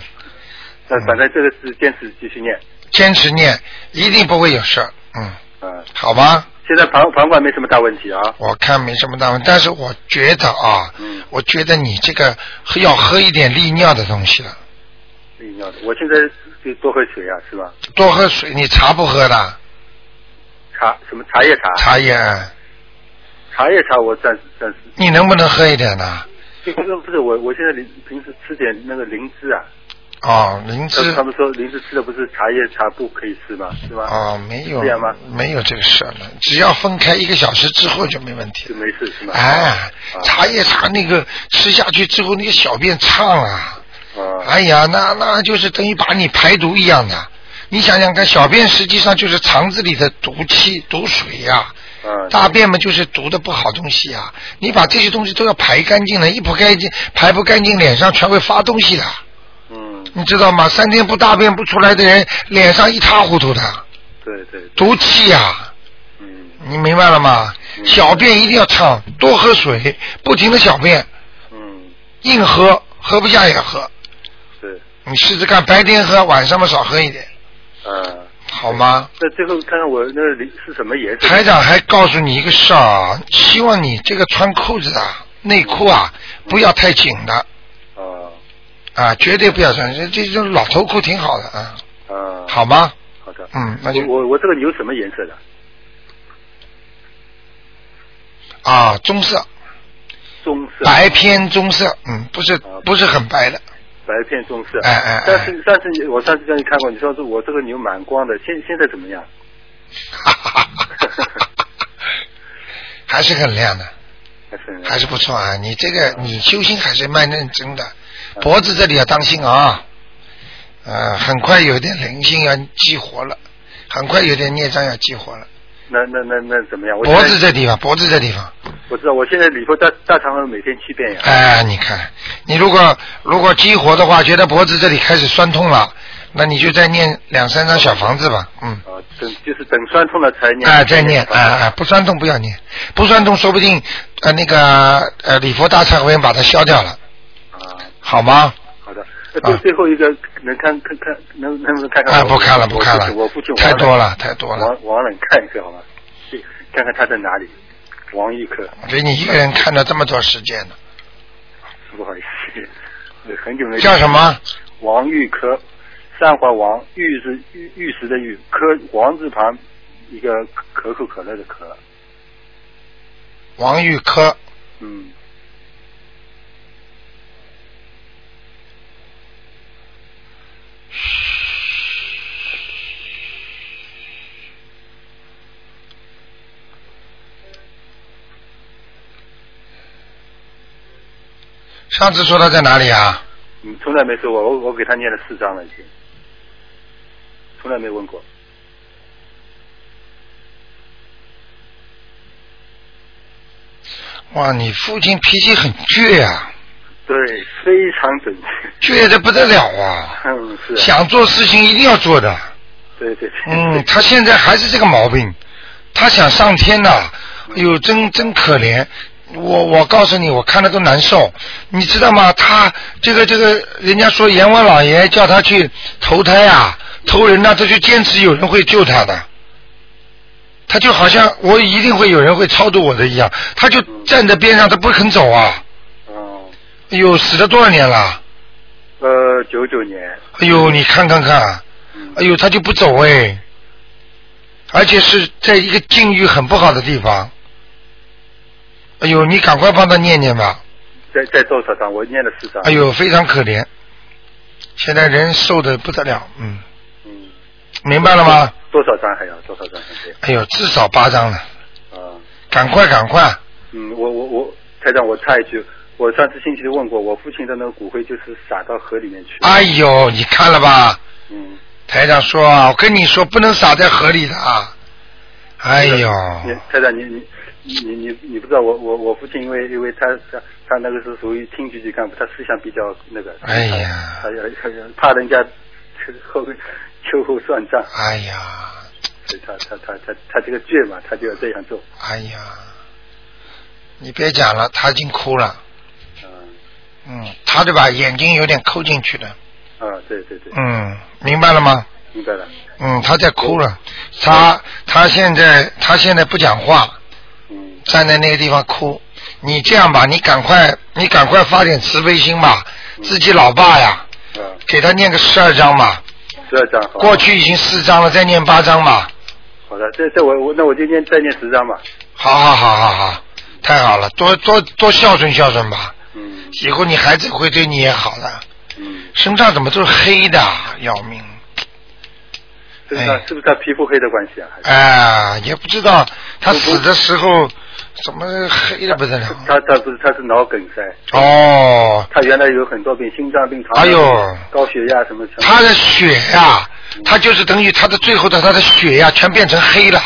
Speaker 4: 那反正这个是坚持继续念。
Speaker 1: 坚持念，一定不会有事儿，嗯，
Speaker 4: 啊，
Speaker 1: 好吧，
Speaker 4: 现在膀膀管没什么大问题啊。
Speaker 1: 我看没什么大问题，但是我觉得啊，
Speaker 4: 嗯
Speaker 1: 我觉得你这个要喝一点利尿的东西了，
Speaker 4: 利尿的，我现在就多喝水啊，是吧？
Speaker 1: 多喝水。你茶不喝的？
Speaker 4: 茶什么茶叶茶？
Speaker 1: 茶叶，
Speaker 4: 茶叶茶我暂时暂时，
Speaker 1: 你能不能喝一点呢？
Speaker 4: 这个不是我我现在平平时吃点那个灵芝啊，
Speaker 1: 哦，灵芝
Speaker 4: 他他们说灵芝吃的不是茶叶茶不可以吃吗？是吧？
Speaker 1: 哦，没有
Speaker 4: 这样吗？
Speaker 1: 没有这个事儿了，只要分开一个小时之后就没问题
Speaker 4: 就
Speaker 1: 了。
Speaker 4: 没事是吗？
Speaker 1: 哎，
Speaker 4: 啊
Speaker 1: 茶叶茶那个吃下去之后，那个小便畅啊，
Speaker 4: 啊，
Speaker 1: 哎呀，那那就是等于把你排毒一样的。你想想看，小便实际上就是肠子里的毒气、毒水呀、
Speaker 4: 啊
Speaker 1: 大便嘛就是毒的不好东西啊。你把这些东西都要排干净了，一不干净排不干净，脸上全会发东西的，
Speaker 4: 嗯，
Speaker 1: 你知道吗？三天不大便不出来的人，脸上一塌糊涂的，
Speaker 4: 对对，
Speaker 1: 毒气呀、
Speaker 4: 嗯
Speaker 1: 你明白了吗？
Speaker 4: 嗯
Speaker 1: 小便一定要畅，多喝水，不停的小便，
Speaker 4: 嗯
Speaker 1: 硬喝，喝不下也喝。
Speaker 4: 对，
Speaker 1: 你试试看，白天喝，晚上嘛少喝一点，
Speaker 4: 啊。
Speaker 1: 好吗？
Speaker 4: 那最后看看我那个灵是什么颜色？
Speaker 1: 台长还告诉你一个事儿啊，希望你这个穿裤子啊、内裤啊不要太紧的
Speaker 4: 啊
Speaker 1: 啊，绝对不要穿，这这种老头裤挺好的啊，
Speaker 4: 啊，
Speaker 1: 好吗？
Speaker 4: 好的，
Speaker 1: 嗯，那就
Speaker 4: 我我我这个牛什么颜色的？
Speaker 1: 啊，棕色，
Speaker 4: 棕色，
Speaker 1: 白偏棕色，嗯，不是
Speaker 4: 哦
Speaker 1: 不是很白 的，
Speaker 4: 白片棕色。
Speaker 1: 哎哎哎
Speaker 4: 但是但是你我上次叫你看过，你说是我这个牛蛮光的，现现在怎么样？
Speaker 1: 哈哈哈哈哈哈，还是很亮的。
Speaker 4: 还是
Speaker 1: 还是不错啊，你这个你修心还是蛮认真的，脖子这里要当心啊，呃，很快有点灵性要激活了，很快有点孽障要激活了，
Speaker 4: 那那那那怎么样？我
Speaker 1: 脖子
Speaker 4: 现
Speaker 1: 这
Speaker 4: 在
Speaker 1: 地方，脖子这地方，
Speaker 4: 我知道，我现在礼佛大大肠每天七遍呀。
Speaker 1: 哎，你看，你如果如果激活的话，觉得脖子这里开始酸痛了，那你就再念两三张小房子吧，嗯，
Speaker 4: 啊，等就是等酸痛了才念。
Speaker 1: 啊，再念，啊啊，不酸痛不要念，不酸痛说不定呃那个呃礼佛大忏悔文把它消掉了，
Speaker 4: 啊，
Speaker 1: 好吗？
Speaker 4: 好的。那最
Speaker 1: 啊
Speaker 4: 最后一个能看看看能能不能看看
Speaker 1: 啊，
Speaker 4: 哎我？
Speaker 1: 不看了不看了
Speaker 4: 我父亲我父亲，
Speaker 1: 太
Speaker 4: 王
Speaker 1: 多了太多了。
Speaker 4: 往往冷看一个好吗？去看看他在哪里。王一科，
Speaker 1: 给你一个人看了这么多时间了，
Speaker 4: 不好意思，呃很久没
Speaker 1: 叫什？么？
Speaker 4: 王玉科，三华王，玉是玉玉石的玉，科王字旁一个可口可乐的可，
Speaker 1: 王玉科，
Speaker 4: 嗯，
Speaker 1: 上次说他在哪里啊？
Speaker 4: 你从来没说过，我我给他念了四张了已经，从来没问过。
Speaker 1: 哇，你父亲脾气很倔啊，
Speaker 4: 对，非常准确。
Speaker 1: 倔 的不得了啊，
Speaker 4: 嗯，是啊，
Speaker 1: 想做事情一定要做的。
Speaker 4: 对对对。
Speaker 1: 嗯，他现在还是这个毛病，他想上天呐、哎呦，真真可怜。我我告诉你，我看了都难受，你知道吗？他这个这个，人家说阎王老爷叫他去投胎啊，投人呐、他就坚持有人会救他的。他就好像我一定会有人会超度我的一样，他就站在边上，他不肯走啊！
Speaker 4: 哦，
Speaker 1: 哎呦，死了多少年了？
Speaker 4: 呃，九九年，
Speaker 1: 哎呦，你看看看，
Speaker 4: 嗯，
Speaker 1: 哎呦，他就不走哎，而且是在一个境遇很不好的地方。哎呦，你赶快帮他念念吧。
Speaker 4: 在在多少张？我念了四张。
Speaker 1: 哎，呦，非常可怜，现在人瘦的不得了，嗯，
Speaker 4: 嗯，
Speaker 1: 明白了吗？
Speaker 4: 多少张还要？多少张还要？
Speaker 1: 哎呦，至少八张了，
Speaker 4: 啊，
Speaker 1: 赶快赶快！
Speaker 4: 嗯，我我我，台长，我插一句，我上次星期六问过，我父亲的那个骨灰就是撒到河里面去。
Speaker 1: 哎呦，你看了吧？
Speaker 4: 嗯，
Speaker 1: 台长说啊，我跟你说，不能撒在河里的啊。哎呦，
Speaker 4: 你台长，你你你你你不知道我我我父亲，因为因为他他他那个是属于厅局级干部，他思想比较那个。
Speaker 1: 哎呀
Speaker 4: 他要他要怕人家后秋后算账，
Speaker 1: 哎呀，
Speaker 4: 所以他他他他他这个倔嘛，他就要这样做。
Speaker 1: 哎呀，你别讲了，他已经哭了。
Speaker 4: 嗯
Speaker 1: 嗯，他对吧？眼睛有点抠进去的。
Speaker 4: 啊，对对对，
Speaker 1: 嗯，明白了吗？
Speaker 4: 明白了。
Speaker 1: 嗯，他在哭了，他他现在他现在不讲话，
Speaker 4: 嗯，
Speaker 1: 站在那个地方哭。你这样吧，你赶快你赶快发点慈悲心吧，自己老爸呀，
Speaker 4: 啊，
Speaker 1: 给他念个十二章吧。
Speaker 4: 十二张好。
Speaker 1: 过去已经四章了，再念八章吧。
Speaker 4: 好的，这这我我那我今天再念十张吧。
Speaker 1: 好好好好好，太好了，多多多孝顺孝顺吧。
Speaker 4: 嗯
Speaker 1: 以后你孩子会对你也好的。
Speaker 4: 嗯，
Speaker 1: 身上怎么都是黑的，啊要命！
Speaker 4: 是不是他
Speaker 1: 哎
Speaker 4: 是不是他皮肤黑的关系啊？还是
Speaker 1: 哎，也不知道他死的时候怎么黑的不得了。
Speaker 4: 他他不是他是脑梗塞，
Speaker 1: 哦，
Speaker 4: 他原来有很多病，心脏病、糖
Speaker 1: 哎
Speaker 4: 尿
Speaker 1: 呦
Speaker 4: 病、高血压什么什么。
Speaker 1: 他的血呀、他就是等于他的最后的他的血呀、全变成黑了。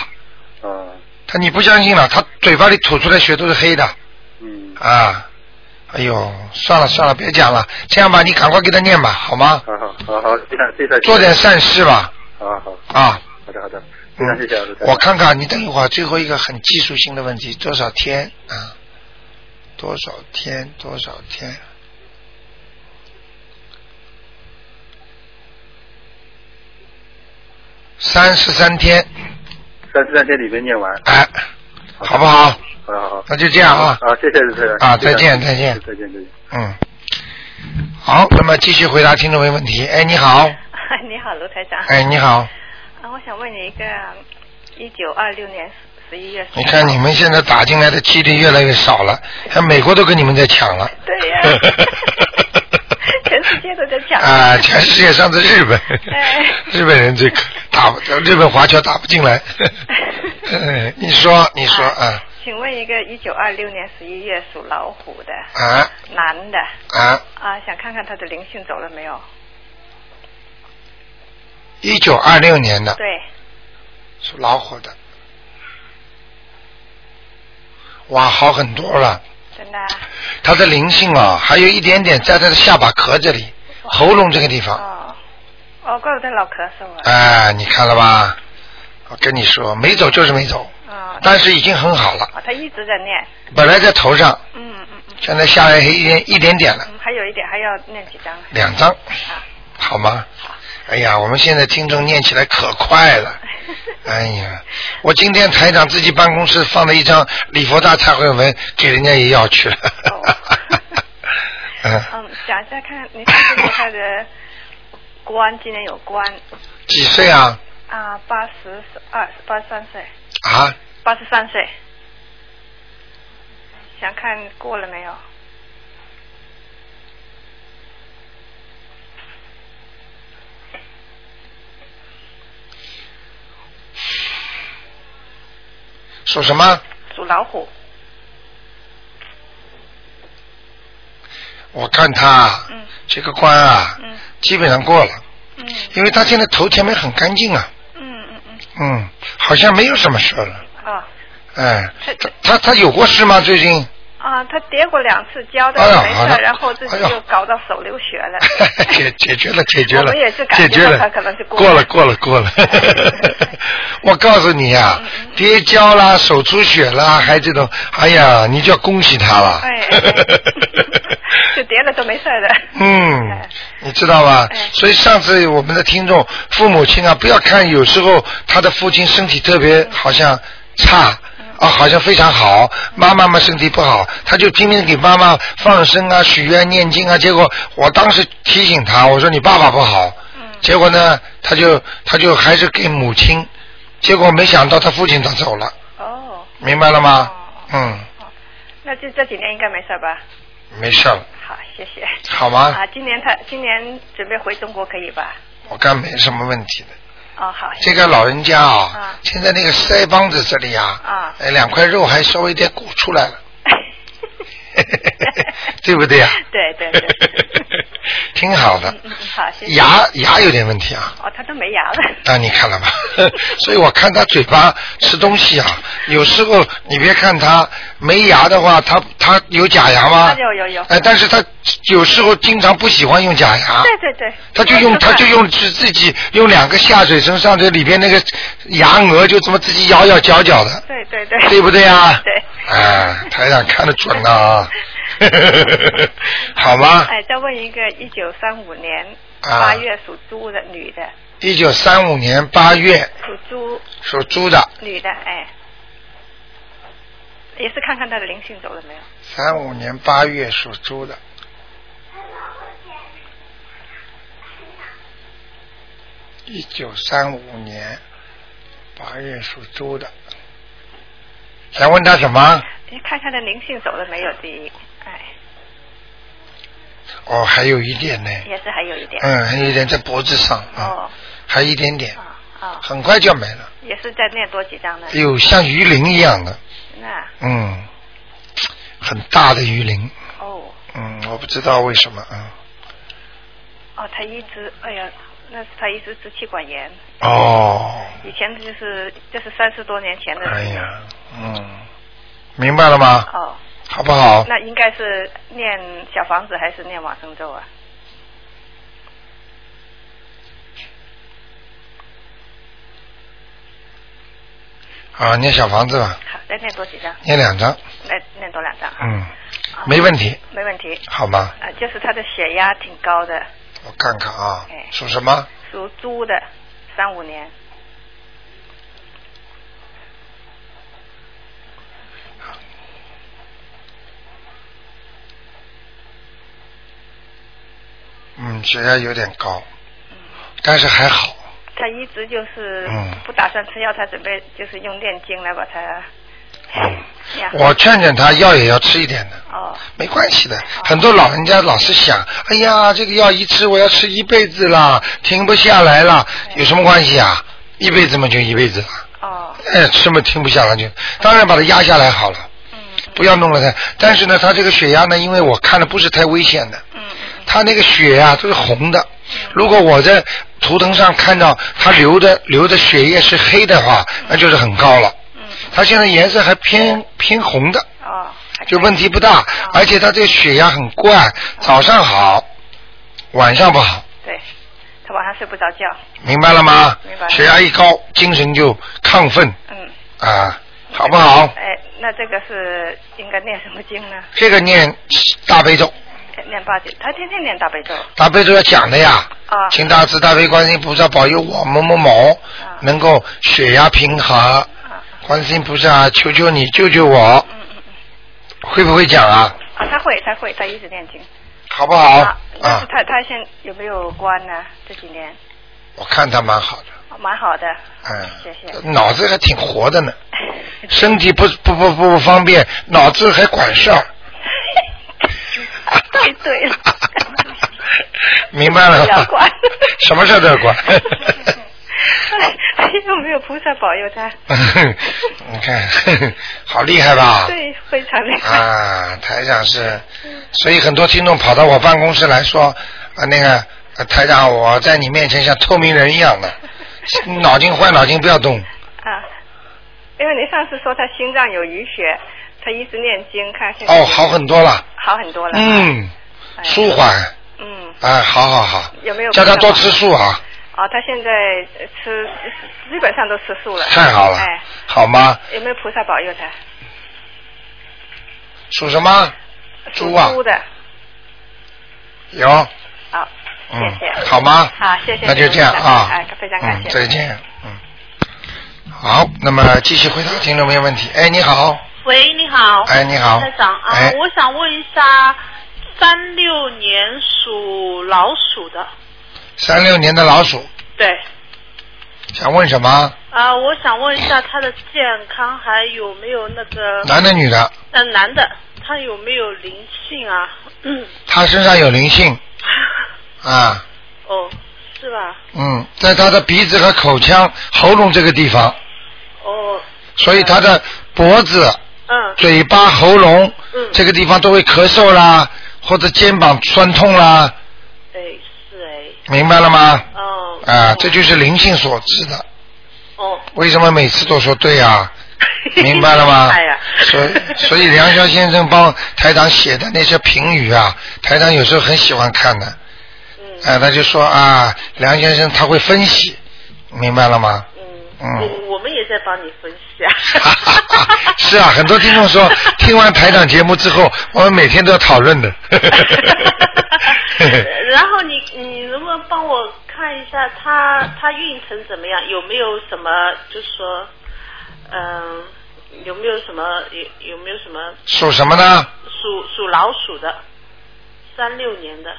Speaker 4: 啊，
Speaker 1: 他你不相信了，他嘴巴里吐出来血都是黑的
Speaker 4: 嗯，
Speaker 1: 啊！哎呦，算了算了，别讲了，这样吧，你赶快给他念吧，好吗？
Speaker 4: 好好好好，非常非常
Speaker 1: 做点善事吧，
Speaker 4: 好好
Speaker 1: 啊！
Speaker 4: 好的好的，非常谢
Speaker 1: 嗯
Speaker 4: 谢啊卢台，长
Speaker 1: 我看看你等一会儿，最后一个很技术性的问题，多少天啊？多少天？多少天？三十三天，
Speaker 4: 三十三天里面念完，
Speaker 1: 哎，好不好？
Speaker 4: 好好好。
Speaker 1: 那就这样啊，
Speaker 4: 好，谢谢卢台长。
Speaker 1: 啊
Speaker 4: 谢谢
Speaker 1: 再见再见
Speaker 4: 再见再见。
Speaker 1: 嗯。好，那么继续回答听众朋友问题。哎，你好，
Speaker 5: 你好，卢台长。
Speaker 1: 哎，你好，
Speaker 5: 啊，我想问你一个，一九二六年十一月。
Speaker 1: 你看你。们现在打进来的几率越来越少了，像美国都跟你们在抢了。
Speaker 5: 对呀、全世界都在抢。
Speaker 1: 啊，全世界上次日本
Speaker 5: 哎，
Speaker 1: 日本人最可打不，日本华侨打不进 来。嗯你说，你说啊
Speaker 5: 请问一个一九二六年十一月属老虎的
Speaker 1: 啊
Speaker 5: 男的
Speaker 1: 啊！
Speaker 5: 啊，想看看他的灵性走了没有？
Speaker 1: 一九二六年的
Speaker 5: 对，
Speaker 1: 属老虎的，哇，好很多了。
Speaker 5: 真的啊。
Speaker 1: 他的灵性啊，还有一点点在他的下巴壳这里，喉咙这个地方。
Speaker 5: 哦，哦，怪不得老咳嗽啊。
Speaker 1: 哎，你看了吧？我跟你说，没走就是没走，
Speaker 5: 啊、
Speaker 1: 但是已经很好了。
Speaker 5: 哦，他一直在念。
Speaker 1: 本来在头上，
Speaker 5: 嗯嗯嗯
Speaker 1: 现在下来一点一点点了。
Speaker 5: 嗯，还有一点还要念几张。啊
Speaker 1: 两张，好吗？哎呀，我们现在听众念起来可快了。哎呀，我今天台长自己办公室放了一张礼佛大忏悔文，给人家也要去了。嗯，
Speaker 5: 嗯，想一下看，你看这个他的关，今年有关
Speaker 1: 几岁啊？
Speaker 5: 啊，八十二、八十三岁，
Speaker 1: 啊，
Speaker 5: 八十三岁，想看过了没有？
Speaker 1: 属什么？
Speaker 5: 属老虎，
Speaker 1: 我看他
Speaker 5: 嗯
Speaker 1: 这个关啊，
Speaker 5: 嗯
Speaker 1: 基本上过了，
Speaker 5: 嗯
Speaker 1: 因为他现在头前面很干净啊，
Speaker 5: 嗯嗯嗯，
Speaker 1: 嗯，好像没有什么事了。
Speaker 5: 哦
Speaker 1: 哎
Speaker 5: 他，
Speaker 1: 他他他有过事吗？最近？
Speaker 5: 啊，他跌过两次跤，但
Speaker 1: 哎呀
Speaker 5: 是没
Speaker 1: 好
Speaker 5: 事，
Speaker 1: 的
Speaker 5: 然后自己
Speaker 1: 哎呀。
Speaker 5: 就搞到手流血了
Speaker 1: 解解决了，解决了，
Speaker 5: 呃我们也是感
Speaker 1: 解
Speaker 5: 觉
Speaker 1: 决
Speaker 5: 到
Speaker 1: 了
Speaker 5: 他可能是，
Speaker 1: 过
Speaker 5: 过
Speaker 1: 了，
Speaker 5: 了
Speaker 1: 过了，过了。 我告诉你呀、
Speaker 5: 嗯
Speaker 1: 跌跤啦，手出血啦，还这种，哎呀，你就要恭喜他了。
Speaker 5: 哎， 哎 哎就跌了都没事的。
Speaker 1: 嗯
Speaker 5: 哎，
Speaker 1: 你知道吧
Speaker 5: 哎？
Speaker 1: 所以上次我们的听众父母亲啊，不要看有时候他的父亲身体特别好像差。
Speaker 5: 嗯
Speaker 1: 啊，好像非常好，妈妈嘛身体不好，他就拼命给妈妈放生啊、许愿、念经啊。结果我当时提醒他，我说你爸爸不好，
Speaker 5: 嗯
Speaker 1: 结果呢，他就他就还是给母亲，结果没想到他父亲他走了，
Speaker 5: 哦，
Speaker 1: 明白了吗？嗯，
Speaker 5: 那就这几年应该没事吧？
Speaker 1: 没事了，
Speaker 5: 好，谢谢。
Speaker 1: 好吗？
Speaker 5: 啊，今年他今年准备回中国可以吧？
Speaker 1: 我看没什么问题的。
Speaker 5: 哦，好，
Speaker 1: 这个老人家啊，
Speaker 5: 啊
Speaker 1: 现在那个腮帮子这里啊，
Speaker 5: 啊
Speaker 1: 哎两块肉还稍微有点鼓出来了， 对不对呀、
Speaker 5: 对对对
Speaker 1: 挺好的
Speaker 5: 嗯。嗯，好，谢谢。
Speaker 1: 牙牙有点问题啊，
Speaker 5: 哦，他都没牙了。
Speaker 1: 那你看了吧？ 所以我看他嘴巴吃东西啊，有时候你别看他没牙的话，他他有假牙吗
Speaker 5: 他？有有有。
Speaker 1: 哎，但是他有时候经常不喜欢用假牙。
Speaker 5: 对对对。
Speaker 1: 他就用
Speaker 5: 吃
Speaker 1: 他
Speaker 5: 饭
Speaker 1: 就。用自自己用两个下水声上这里边那个牙颚就这么自己咬咬嚼嚼的，
Speaker 5: 对对对。
Speaker 1: 对不对啊？
Speaker 5: 对。
Speaker 1: 哎，台长看得准 啊，好吗？
Speaker 5: 哎哎，再问一个，一九三五年
Speaker 1: 啊
Speaker 5: 八月属猪的女的，
Speaker 1: 一九三五年八月
Speaker 5: 属猪
Speaker 1: 属猪的，
Speaker 5: 女的，哎，也是看看她的灵性走了没有。
Speaker 1: 三五年八月属猪的。一九三五年八月属猪的，想问他什么？
Speaker 5: 你看看她灵性走了没有？第一，哎，
Speaker 1: 哦，还有一点呢，
Speaker 5: 也是还有一点。
Speaker 1: 嗯，还有一点在脖子上啊，
Speaker 5: 哦，
Speaker 1: 还一点点，
Speaker 5: 啊啊，
Speaker 1: 很快就要没了。
Speaker 5: 也是再念多几张呢
Speaker 1: 哎。呦，像鱼鳞一样的，
Speaker 5: 那
Speaker 1: 嗯，很大的鱼鳞，
Speaker 5: 哦
Speaker 1: 嗯，我不知道为什么，嗯，
Speaker 5: 哦，她一直，哎呀，那是她一直支气管炎，
Speaker 1: 哦，
Speaker 5: 以前就是这是三十多年前的。
Speaker 1: 哎呀，嗯，明白了吗？
Speaker 5: 哦，
Speaker 1: 好不好？
Speaker 5: 那应该是念小房子还是念往生咒啊？
Speaker 1: 啊，念小房子吧，
Speaker 5: 好，再念多几张，
Speaker 1: 念两张，
Speaker 5: 再念多两张啊，
Speaker 1: 嗯，没问题，
Speaker 5: 没问题。
Speaker 1: 好吗？
Speaker 5: 啊，就是他的血压挺高的，
Speaker 1: 我看看啊
Speaker 5: 哎，
Speaker 1: 属什么？
Speaker 5: 属猪的，三五年。
Speaker 1: 嗯，血压有点高，
Speaker 5: 嗯
Speaker 1: 但是还好，
Speaker 5: 他一直就是
Speaker 1: 嗯
Speaker 5: 不打算吃药，他准备就是用念经来把它
Speaker 1: 嗯，
Speaker 5: 呀
Speaker 1: 我劝劝他，药也要吃一点的。
Speaker 5: 哦
Speaker 1: 没关系的，很多老人家老是想，哎呀，这个药一吃我要吃一辈子啦，停不下来啦，有什么关系啊？一辈子嘛就一辈子了，
Speaker 5: 哦
Speaker 1: 哎，吃嘛停不下来就，当然把它压下来好了，
Speaker 5: 嗯
Speaker 1: 不要弄了它。但是呢，他这个血压呢，因为我看的不是太危险的，
Speaker 5: 嗯嗯
Speaker 1: 他那个血啊都是红的。如果我在图腾上看到他流的流的血液是黑的话，那就是很高了。
Speaker 5: 嗯
Speaker 1: 他现在颜色还偏偏红的，
Speaker 5: 嗯哦，还
Speaker 1: 就问题不大，而且他这个血压很怪，早上好，晚上不好，
Speaker 5: 对，他晚上睡不着觉，
Speaker 1: 明白了吗？
Speaker 5: 明白了
Speaker 1: 血压一高，精神就亢奋
Speaker 5: 嗯，
Speaker 1: 啊，好不好？
Speaker 5: 哎，那这个是应该念什么经呢？
Speaker 1: 这个念大悲咒，
Speaker 5: 哎念八九，他天天念大悲咒
Speaker 1: 大悲咒要讲的呀。
Speaker 5: 啊，
Speaker 1: 请大慈大悲观世音菩萨保佑我某某某
Speaker 5: 啊
Speaker 1: 能够血压平衡。
Speaker 5: 啊，
Speaker 1: 观世音菩萨，求求你救救我，
Speaker 5: 嗯嗯嗯，
Speaker 1: 会不会讲啊？
Speaker 5: 啊，他会他会，他一直念经。
Speaker 1: 好不好？
Speaker 5: 啊，但
Speaker 1: 啊
Speaker 5: 是，他他现在有没有关呢？这几年
Speaker 1: 我看他蛮好的，
Speaker 5: 哦蛮好的，
Speaker 1: 嗯，
Speaker 5: 谢谢。
Speaker 1: 脑子还挺活的 呢。身体不不不不不方便，脑子还管事 儿。
Speaker 5: 对对 了
Speaker 1: 明白了
Speaker 5: 要
Speaker 1: 吗
Speaker 5: 管？
Speaker 1: 什么事儿都要 管。
Speaker 5: 哎有没有菩萨保佑他？
Speaker 1: 啊你看， 好厉害吧？
Speaker 5: 对，非常厉害。
Speaker 1: 啊，台长是，所以很多听众跑到我办公室来说，啊，那个、啊台长，我在你面前像透明人一样 的，脑筋坏脑筋不要动。
Speaker 5: 啊，因为你上次说他心脏有淤血，他一直念经，看现在
Speaker 1: 哦，好很多了，
Speaker 5: 好很多了。
Speaker 1: 嗯，
Speaker 5: 哎，
Speaker 1: 舒缓，
Speaker 5: 嗯，
Speaker 1: 哎，好好好，
Speaker 5: 有没有
Speaker 1: 叫他多吃
Speaker 5: 菩萨
Speaker 1: 素啊，
Speaker 5: 保佑？啊，他现在呃吃基本上都吃素了。
Speaker 1: 太好了
Speaker 5: 哎，，
Speaker 1: 好吗？
Speaker 5: 有没有菩萨保佑他？
Speaker 1: 属什么？猪啊
Speaker 5: 属猪的，
Speaker 1: 有，
Speaker 5: 好，谢
Speaker 1: 嗯
Speaker 5: 谢。，
Speaker 1: 好吗？
Speaker 5: 好，谢谢。
Speaker 1: 那就这样啊，
Speaker 5: 哎，非常感谢。
Speaker 1: 嗯，再见，嗯。好，那么继续回答听众朋友问题。哎，你好，
Speaker 6: 喂，你好。
Speaker 1: 哎，你好，
Speaker 6: 台长啊，
Speaker 1: 哎，
Speaker 6: 我想问一下，三六年属老鼠的，
Speaker 1: 三六年的老鼠
Speaker 6: 对，
Speaker 1: 想问什么？
Speaker 6: 啊，我想问一下他的健康还有没有那
Speaker 5: 嗯
Speaker 6: 个，
Speaker 1: 男的女的？
Speaker 6: 呃，男的，他有没有灵性啊？ 嗯，
Speaker 1: 他身上有灵性啊，
Speaker 6: 哦，是吧？
Speaker 1: 嗯，在他的鼻子和口腔、喉咙这个地方，
Speaker 6: 哦，
Speaker 1: 所以他的脖子、
Speaker 6: 嗯
Speaker 1: 嘴巴、喉咙
Speaker 6: 嗯，
Speaker 1: 这个地方都会咳嗽啦，或者肩膀酸痛啦，
Speaker 6: 哎，是哎，
Speaker 1: 明白了吗？
Speaker 6: 哦，
Speaker 1: 啊，这就是灵性所致的。
Speaker 6: 哦，
Speaker 1: 为什么每次都说对啊？ 明白了 吗
Speaker 6: 哎呀？
Speaker 1: 所以所以梁霄先生帮台长写的那些评语啊，台长有时候很喜欢看的。
Speaker 6: 嗯
Speaker 1: 哎、他就说啊，梁先生他会分析，明白了吗？
Speaker 6: 嗯，
Speaker 1: 嗯。
Speaker 6: 我我们也在帮你分析啊
Speaker 1: 是啊，很多听众说听完台长节目之后，我们每 天都要讨论的。
Speaker 6: 然后你你能不能帮我
Speaker 5: 看一下他他运程怎么样，有没有什么就是说，嗯，有没有什么有有没有什么
Speaker 1: 属什么呢？
Speaker 5: 属属老鼠的，三六年的，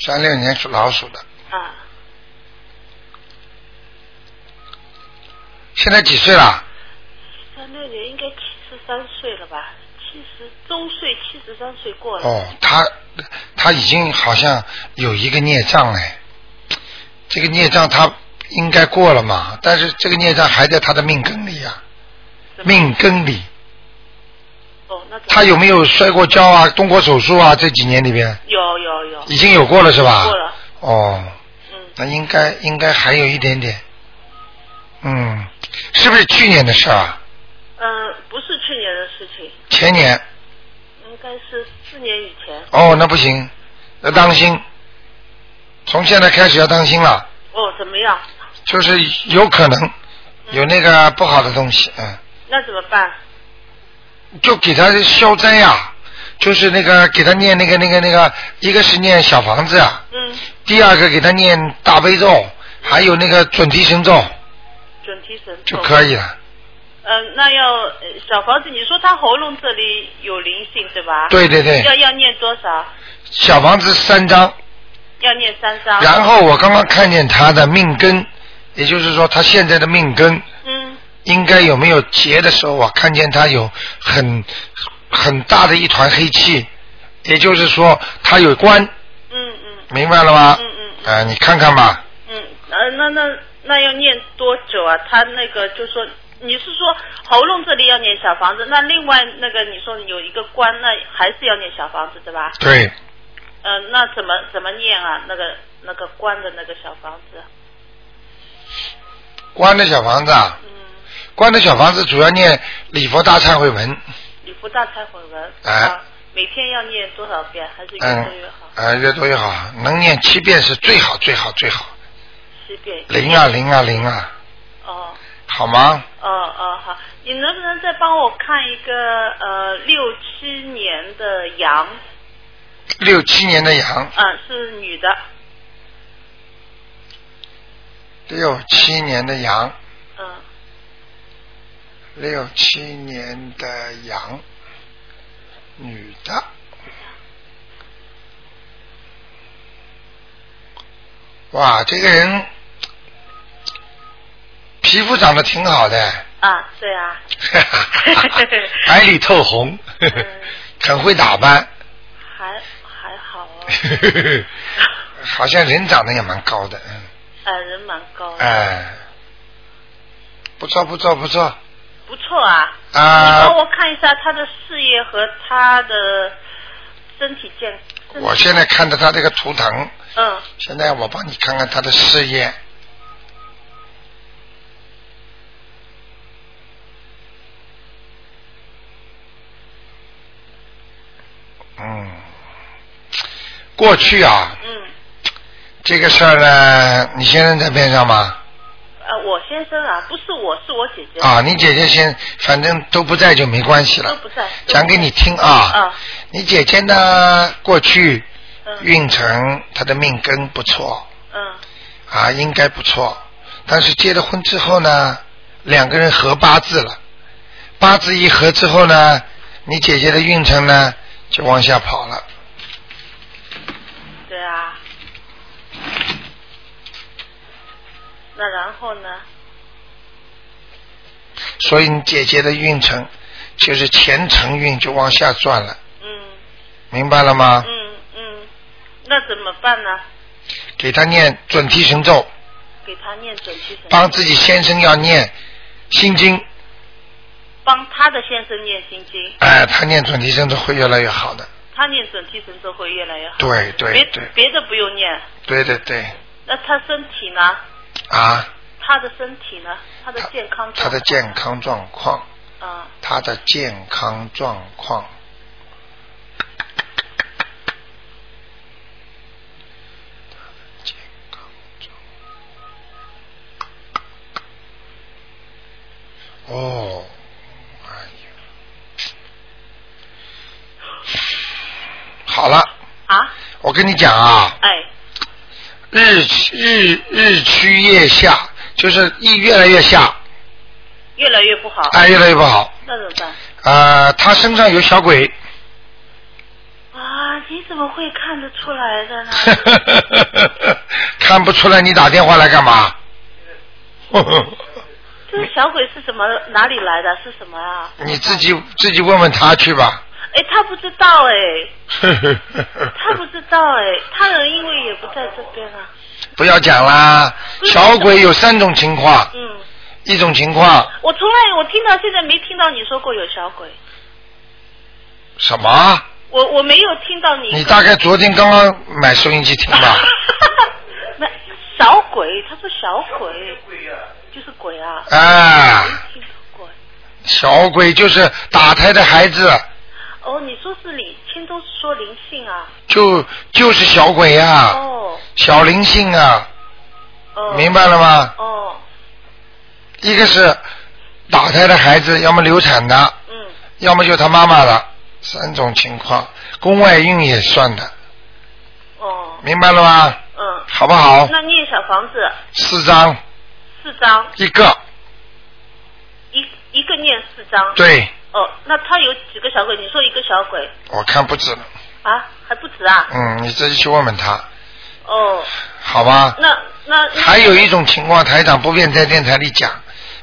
Speaker 1: 三六年属老鼠的，
Speaker 5: 啊，
Speaker 1: 现在几岁了？
Speaker 5: 三六年应该七十三岁了吧？七十周岁，七十三岁过了。
Speaker 1: 哦，他他已经好像有一个孽障哎，这个孽障他应该过了嘛，但是这个孽障还在他的命根里呀、
Speaker 5: 怎么
Speaker 1: 命根里。
Speaker 5: 哦，那怎么
Speaker 1: 他有没有摔过跤啊？动过手术啊？这几年里边
Speaker 5: 有有有
Speaker 1: 已经有过了是吧？
Speaker 5: 过了，
Speaker 1: 哦，
Speaker 5: 嗯，
Speaker 1: 那应该应该还有一点点。嗯，是不是去年的事啊？
Speaker 5: 嗯，不是去年的事情，
Speaker 1: 前年
Speaker 5: 应该是四年以前。
Speaker 1: 哦，那不行，要当心。从现在开始要当心了，
Speaker 5: 哦，怎么样？
Speaker 1: 就是有可能有那个不好的东西，嗯，
Speaker 5: 那怎么办？
Speaker 1: 就给他消灾呀、就是那个给他念那个那个那个，一个是念小房子啊，
Speaker 5: 嗯，
Speaker 1: 第二个给他念大悲咒，还有那个准提神咒
Speaker 5: 准提神
Speaker 1: 就
Speaker 5: 咒
Speaker 1: 可以了。
Speaker 5: 嗯、那要呃小房子，你说他喉咙这里有灵性对吧？。
Speaker 1: 对对对，
Speaker 5: 要要念多少？
Speaker 1: 小房子三张，
Speaker 5: 要念三张。
Speaker 1: 然后我刚刚看见他的命根，也就是说他现在的命根
Speaker 5: 嗯
Speaker 1: 应该有没有结的时候，我看见他有很很大的一团黑气，也就是说他有关，
Speaker 5: 嗯嗯
Speaker 1: 明白了吗？
Speaker 5: 嗯嗯
Speaker 1: 啊，你看看吧，
Speaker 5: 嗯，呃，那那那要念多久啊？他那个就说。你是说喉咙这里要念小房子，那另外那个你说有一个关，那还是要念小房子对吧？
Speaker 1: 对，
Speaker 5: 呃，那怎么怎么念啊？那个那个关的那个小房子，
Speaker 1: 关的小房子啊，
Speaker 5: 嗯，
Speaker 1: 关的小房子主要念礼佛大忏悔文，
Speaker 5: 礼佛大忏悔文，
Speaker 1: 哎
Speaker 5: 啊，每天要念多少遍？还是越
Speaker 1: 嗯
Speaker 5: 多越好？，
Speaker 1: 啊，越多越好，能念七遍是最好最好最好，
Speaker 5: 七遍。
Speaker 1: 零啊零啊零啊，
Speaker 5: 哦
Speaker 1: 好吗？
Speaker 5: 哦哦，好，你能不能再帮我看一个呃六七年的羊？
Speaker 1: 六七年的羊，
Speaker 5: 嗯、是女的，
Speaker 1: 六七年的羊，
Speaker 5: 嗯、
Speaker 1: 六七年的羊，女的。哇，这个人皮肤长得挺好的，
Speaker 5: 啊，对啊，
Speaker 1: 白里透红，
Speaker 5: 嗯
Speaker 1: 很会打扮，
Speaker 5: 还还好哦，
Speaker 1: 哎好像人长得也蛮高的，嗯，
Speaker 5: 呃，人蛮高的，
Speaker 1: 哎，不错不错不错
Speaker 5: 不错啊。你
Speaker 1: 啊！
Speaker 5: 帮我看一下他的事业和他的身体健。身体
Speaker 1: 我现在看着他这个图腾，
Speaker 5: 嗯
Speaker 1: 现在我帮你看看他的事业。嗯，过去啊，
Speaker 5: 嗯，
Speaker 1: 这个事儿呢，你先生在边上吗？
Speaker 5: 呃，我先生啊，不是我，是我姐姐，
Speaker 1: 啊，你姐姐先，反正都不在就没关系
Speaker 5: 嗯都
Speaker 1: 了。
Speaker 5: 不在。
Speaker 1: 讲给你听啊，
Speaker 5: 啊，
Speaker 1: 你姐姐呢，过去
Speaker 5: 嗯
Speaker 1: 运程她的命根不错，
Speaker 5: 嗯
Speaker 1: 啊，应该不错。但是结了婚之后呢，两个人合八字了，八字一合之后呢，你姐姐的运程呢就往下跑了。
Speaker 5: 对啊。那然后呢？
Speaker 1: 所以你姐姐的运程就是前程运就往下转了，
Speaker 5: 嗯
Speaker 1: 明白了吗？
Speaker 5: 嗯嗯，那怎么办呢？
Speaker 1: 给她念准提神咒，
Speaker 5: 给他念准提神，
Speaker 1: 帮自己先生要念心经，
Speaker 5: 帮他的先生念心经，
Speaker 1: 哎，她念准提神咒会越来越好的。
Speaker 5: 他念准提神咒会越来越好。
Speaker 1: 对对
Speaker 5: 别
Speaker 1: 对
Speaker 5: 别的不用念，
Speaker 1: 对对对，
Speaker 5: 那他身体呢？
Speaker 1: 啊，
Speaker 5: 他的身体呢？他的
Speaker 1: 她
Speaker 5: 健康状况呢，
Speaker 1: 她的健康状况。
Speaker 6: 嗯
Speaker 5: 啊，
Speaker 1: 他的健康状况。健康状况哦，哎呀，好了，
Speaker 6: 啊？
Speaker 1: 我跟你讲啊，
Speaker 6: 哎，
Speaker 1: 日日日趋夜下，就是一越来越下，
Speaker 6: 越来越不好，
Speaker 1: 哎，越来越不好。
Speaker 6: 那怎么办？
Speaker 1: 啊，他身上有小鬼，
Speaker 6: 啊，你怎么会看得出来 的呢？
Speaker 1: 看不出来你打电话来干嘛？
Speaker 6: 这个小鬼是怎么哪里来的？是什么啊？
Speaker 1: 你自己自己问问他去吧。
Speaker 6: 哎，他不知道哎，他不知道 哎，他人因为也不在这边啊。
Speaker 1: 不要讲啦，小鬼有三种情况，
Speaker 6: 嗯，
Speaker 1: 一种情况
Speaker 6: 我从来我听到现在没听到你说过有小鬼，
Speaker 1: 什么？
Speaker 6: 我我没有听到你。
Speaker 1: 你大概昨天刚刚买收音机听吧？
Speaker 6: 那小鬼，他说小鬼，就是鬼啊。
Speaker 1: 啊，
Speaker 6: 听到鬼。
Speaker 1: 小鬼就是打胎的孩子，
Speaker 6: 哦，你说是李青都是说灵性啊？
Speaker 1: 就就是小鬼呀、啊，
Speaker 6: 哦
Speaker 1: 小灵性啊，
Speaker 6: 哦。
Speaker 1: 明白了吗？
Speaker 6: 哦，
Speaker 1: 一个是打胎的孩子，要么流产的，
Speaker 6: 嗯，
Speaker 1: 要么就他妈妈的，三种情况，宫外孕也算的，
Speaker 6: 哦，
Speaker 1: 明白了吗？
Speaker 6: 嗯。
Speaker 1: 好不好？
Speaker 6: 那念小房子
Speaker 1: 四张
Speaker 6: 四张，
Speaker 1: 一个，
Speaker 6: 一一个念四张。。
Speaker 1: 对
Speaker 6: 哦，那他有几个小鬼？你说一个小鬼
Speaker 1: 我看不止了，
Speaker 6: 啊，还不止啊？
Speaker 1: 嗯，你自己去问问他，
Speaker 6: 哦，
Speaker 1: 好吧？
Speaker 6: 那那那
Speaker 1: 还有一种情况，台长不便在电台里讲，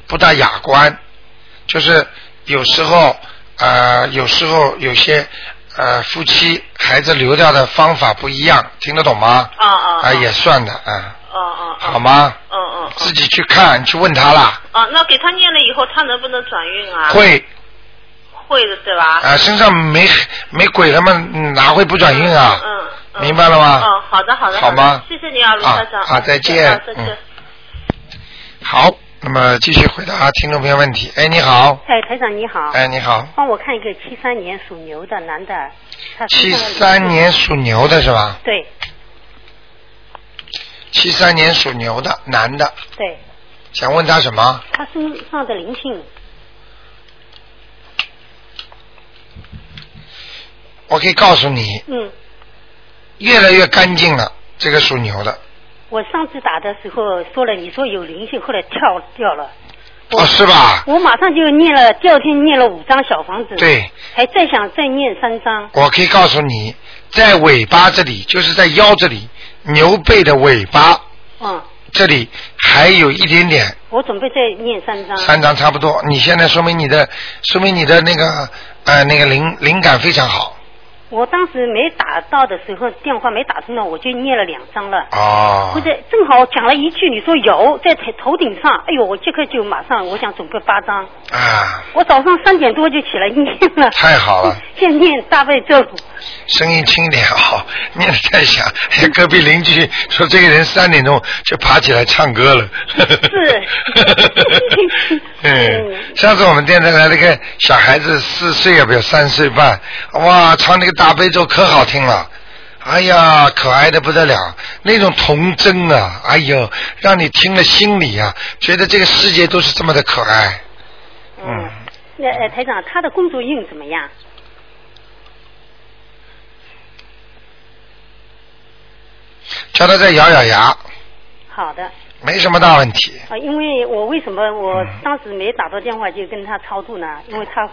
Speaker 1: 不大雅观，就是有时候呃，有时候有些呃夫妻孩子流掉的方法不一样，听得懂吗？
Speaker 5: 哦
Speaker 6: 啊啊
Speaker 1: 啊，也算的啊，
Speaker 6: 哦哦哦，
Speaker 1: 好吗？
Speaker 6: 嗯嗯
Speaker 1: 自己去看，去问他啦。
Speaker 6: 哦，那给他念了以后，他能不能转运啊？
Speaker 1: 会
Speaker 6: 会的，对吧？
Speaker 1: 啊，身上没没鬼了吗？嗯哪会不转运啊？
Speaker 6: 嗯，嗯
Speaker 1: 明白了吗
Speaker 6: 哦，好的，好的，
Speaker 1: 好吗
Speaker 6: 的谢谢你啊，卢校长。
Speaker 1: 啊啊再见
Speaker 6: 啊再见。
Speaker 1: 嗯好，那么继续回答听众朋友问题。哎，你好，
Speaker 7: 哎，台长你好，
Speaker 1: 哎，你好，
Speaker 7: 帮我看一个七三年属牛的男的，他身
Speaker 1: 七
Speaker 7: 上的
Speaker 1: 三年属牛的是吧？
Speaker 7: 对
Speaker 1: 七三年属牛的男的，
Speaker 7: 对，
Speaker 1: 想问他什么？
Speaker 7: 他身上的灵性
Speaker 1: 我可以告诉你，
Speaker 7: 嗯，
Speaker 1: 越来越干净了。这个属牛的，
Speaker 7: 我上次打的时候说了，你说有灵性，后来跳掉了，
Speaker 1: 哦，是吧？
Speaker 7: 我马上就念了，第二天念了五张小房子，，
Speaker 1: 对，
Speaker 7: 还再想再念三张，
Speaker 1: 我可以告诉你，在尾巴这里，就是在腰这里，牛背的尾巴
Speaker 7: 嗯，
Speaker 1: 这里还有一点点，
Speaker 7: 我准备再念三张，
Speaker 1: 三张差不多。你现在说明你的，说明你的那个呃那个灵灵感非常好
Speaker 7: 我当时没打到的时候，电话没打通了，我就念了两张了。
Speaker 1: 哦
Speaker 7: 不。是，正好讲了一句，你说有在头头顶上，哎呦，我即刻就马上，我想准备八张，
Speaker 1: 啊，
Speaker 7: 我早上三点多就起来念了，
Speaker 1: 太好了，
Speaker 7: 先念大悲咒，
Speaker 1: 声音轻一点哦， 念的太响。 隔壁邻居说这个人三点钟就爬起来唱歌了。
Speaker 7: 是
Speaker 1: 嗯
Speaker 7: 嗯，
Speaker 1: 上次我们电台来了个小孩子，四岁啊，不有三岁半，哇，唱那个大悲咒可好听了。哎呀，可爱的不得了，那种童真啊，哎呦，让你听了心里啊，觉得这个世界都是这么的可爱。嗯，
Speaker 7: 那呃，台长，他的工作运怎么样？
Speaker 1: 叫他再咬咬牙，
Speaker 7: 好的，啊、呃
Speaker 1: 没什么大问题。
Speaker 7: 因为我为什么我当时没打到电话就跟他超度呢？因为他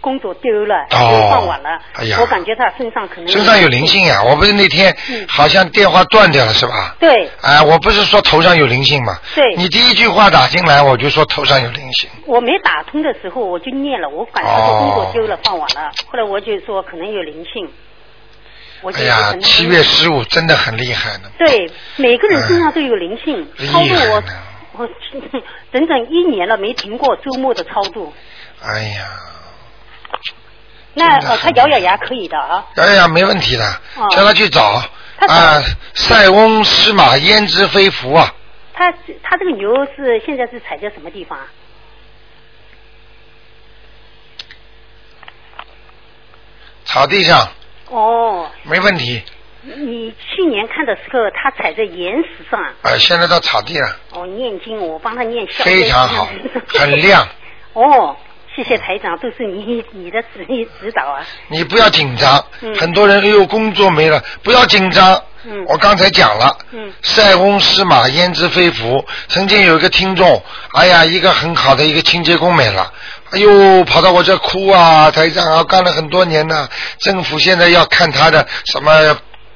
Speaker 7: 工作丢了，
Speaker 1: 哦
Speaker 7: 又放晚了，
Speaker 1: 哎呀
Speaker 7: 我感觉他身上可能
Speaker 1: 身上有灵，性呀、啊我不是那天
Speaker 7: 嗯
Speaker 1: 好像电话断掉了是吧？
Speaker 7: 对
Speaker 1: 哎，我不是说头上有灵性嘛？
Speaker 7: 对
Speaker 1: 你第一句话打进来，我就说头上有灵性。
Speaker 7: 我没打通的时候，我就念了，我感觉到工作丢
Speaker 1: 哦
Speaker 7: 了，放晚了。后来我就说可能有灵性。我就
Speaker 1: 哎
Speaker 7: 说
Speaker 1: 呀
Speaker 7: 可，能
Speaker 1: 七月十五真的很厉害呢。
Speaker 7: 对每个人身上都有灵性，
Speaker 1: 哎
Speaker 7: 超度
Speaker 1: 厉害
Speaker 7: 我
Speaker 1: 呢
Speaker 7: 我整整一年了没停过周末的超度。
Speaker 1: 哎呀，
Speaker 7: 那
Speaker 1: 真的
Speaker 7: 呃，他咬咬牙可以的啊。
Speaker 1: 哎呀，没问题的，
Speaker 7: 哦
Speaker 1: 叫他去找
Speaker 7: 他找
Speaker 1: 啊，塞翁失马，焉知非福啊！
Speaker 7: 他他这个牛是现在是踩在什么地方啊？
Speaker 1: 草地上
Speaker 7: 哦，
Speaker 1: 没问题，
Speaker 7: 你去年看的时候，他踩在岩石上。
Speaker 1: 啊，现在到草地了，
Speaker 7: 哦，念经，我帮他念小。，
Speaker 1: 非常好 很亮。
Speaker 7: 哦，谢
Speaker 1: 嗯
Speaker 7: 谢台长，都是你你的指令指导啊。
Speaker 1: 你不要紧张，
Speaker 7: 嗯
Speaker 1: 很多人哎呦工作没了，不要紧张。
Speaker 7: 嗯
Speaker 1: 我刚才讲了，
Speaker 7: 嗯
Speaker 1: 塞翁失马，焉知非福。曾经有一个听众，哎呀，一个很好的一个清洁工没了，哎呦，跑到我这哭啊，台长啊，干了很多年呢、政府现在要看他的什么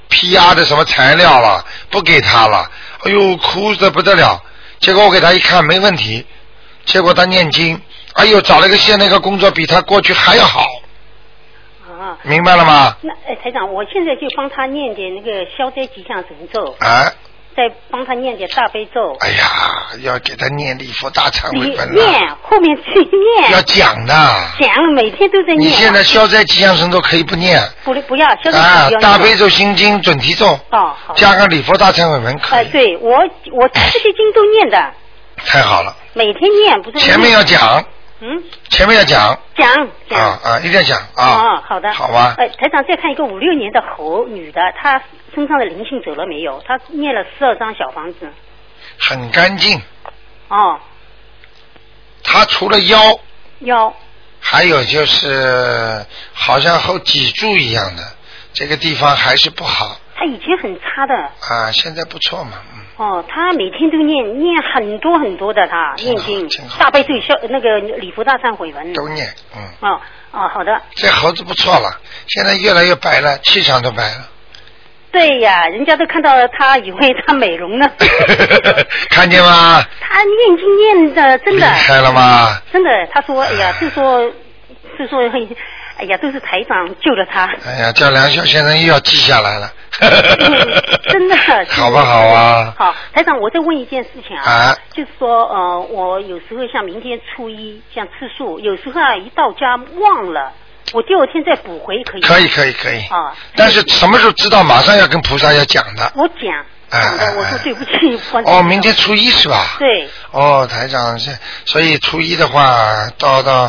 Speaker 1: PR 的什么材料了，不给他了，哎呦，哭的不得了。结果我给他一看，没问题，结果他念经，哎呦，找了一个现在一个工作比他过去还要好，
Speaker 7: 啊，
Speaker 1: 明白了吗？
Speaker 7: 那哎，台长，我现在就帮他念点那个消灾吉祥神咒，
Speaker 1: 啊，
Speaker 7: 再帮他念点大悲咒，
Speaker 1: 哎呀，要给他念礼佛大忏
Speaker 7: 你
Speaker 1: 悔本了，
Speaker 7: 念后面去
Speaker 1: 要
Speaker 7: 念，
Speaker 1: 讲的。
Speaker 7: 讲每天都在
Speaker 1: 你
Speaker 7: 念啊。
Speaker 1: 现在消灾吉祥神咒可以不念
Speaker 7: 不不要，消灾
Speaker 1: 啊
Speaker 7: 吉祥，
Speaker 1: 大悲咒、心经、准提咒，
Speaker 7: 哦好。
Speaker 1: 加上礼佛大忏悔文可
Speaker 7: 哎，
Speaker 1: 以，
Speaker 7: 对我我这些经都念的，
Speaker 1: 太好了。
Speaker 7: 每天念不是念。
Speaker 1: 前面要讲，
Speaker 7: 嗯
Speaker 1: 前面要讲
Speaker 7: 讲
Speaker 1: 啊
Speaker 7: 讲。
Speaker 1: 啊，一定要讲
Speaker 7: 哦
Speaker 1: 啊。，
Speaker 7: 好的，
Speaker 1: 好吧。
Speaker 7: 哎，台长，再看一个五六年的猴女的，她身上的灵性走了没有？她念了十二张小房子。
Speaker 1: 很干净，
Speaker 7: 哦，
Speaker 1: 他除了腰，
Speaker 7: 腰
Speaker 1: 还有就是好像和脊柱一样的这个地方还是不好
Speaker 7: 她以前很差的。
Speaker 1: 啊，现在不错嘛，嗯，
Speaker 7: 哦，她每天都念念很多很多的她，
Speaker 1: 挺
Speaker 7: 念
Speaker 1: 好
Speaker 7: 经
Speaker 1: 挺好
Speaker 7: 大悲咒、消那个礼佛大忏悔文。
Speaker 1: 都念，嗯，
Speaker 7: 哦哦，好的，
Speaker 1: 这猴子不错了，现在越来越白了，气场都白 了。
Speaker 7: 对呀，人家都看到她以为她美容 呢。
Speaker 1: 看见吗？
Speaker 7: 她念经念的真
Speaker 1: 厉
Speaker 7: 的。
Speaker 1: 害了吗？
Speaker 7: 真的，他说，哎呀，就说，就说，哎呀，都是台长救了他。
Speaker 1: 哎呀，叫梁孝先生又要记下来了。
Speaker 7: 真 的。真的
Speaker 1: 好不好啊？
Speaker 7: 好，台长，我再问一件事情啊，
Speaker 1: 啊，
Speaker 7: 就是说，呃，我有时候像明天初一，像吃素，有时候啊，一到家忘了，我第二天再补回可以吗？
Speaker 1: 可以可以可以。
Speaker 7: 啊，
Speaker 1: 但是什么时候知道？马上要跟菩萨要讲的。
Speaker 7: 我讲
Speaker 1: 哎
Speaker 7: 讲
Speaker 1: 哎
Speaker 7: 的，我
Speaker 1: 哎
Speaker 7: 说对不起，观世音
Speaker 1: 哦，明天初一是吧？。
Speaker 7: 对，啊
Speaker 1: 哦，台长是，所以初一的话，到到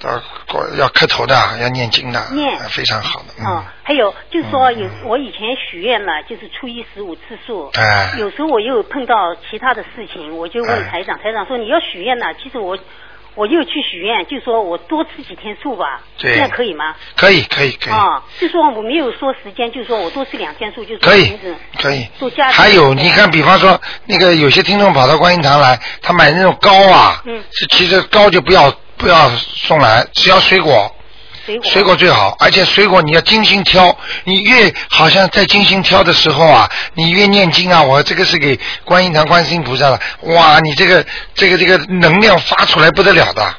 Speaker 1: 到过要磕头的，要念经的，
Speaker 7: 念
Speaker 1: 非常好的。嗯、嗯
Speaker 7: 哦，还有就是说有我以前许愿了，就是初一十五吃素。
Speaker 1: 哎
Speaker 7: 有时候我又碰到其他的事情，我就问
Speaker 1: 哎
Speaker 7: 台长，台长说你要许愿了，其实我我又去许愿，就说我多吃几天素吧，
Speaker 1: 对
Speaker 7: 这样可以吗？
Speaker 1: 可以可以可以。
Speaker 7: 啊，就说我没有说时间，就说我多吃两天素，就是
Speaker 1: 可以
Speaker 7: 停止，
Speaker 1: 可以
Speaker 7: 做家。庭
Speaker 1: 还有，你看，比方说，那个有些听众跑到观音堂来，他买那种糕啊，
Speaker 7: 嗯
Speaker 1: 是其实糕就不要不要送来，只要水果，
Speaker 7: 水果。
Speaker 1: 水果最好。而且水果你要精心挑，你越好像在精心挑的时候啊，你越念经啊，我这个是给观音堂观世音菩萨的，哇，你这个这个这个能量发出来不得了的。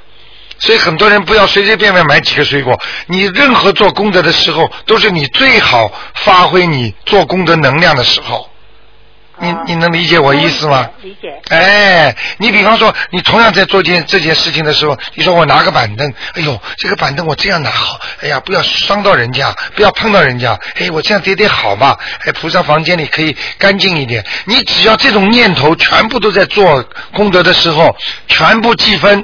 Speaker 1: 所以很多人不要随随便便买几个水果，你任何做功德的时候，都是你最好发挥你做功德能量的时候。你
Speaker 7: 啊
Speaker 1: 你能理解我意思吗？
Speaker 7: 理解。
Speaker 1: 哎，你比方说，你同样在做件这件事情的时候，你说我拿个板凳，哎呦，这个板凳我这样拿好，哎呀，不要伤到人家，不要碰到人家，哎，我这样叠叠好嘛，哎，菩萨房间里可以干净一点。你只要这种念头全部都在做功德的时候，全部积分，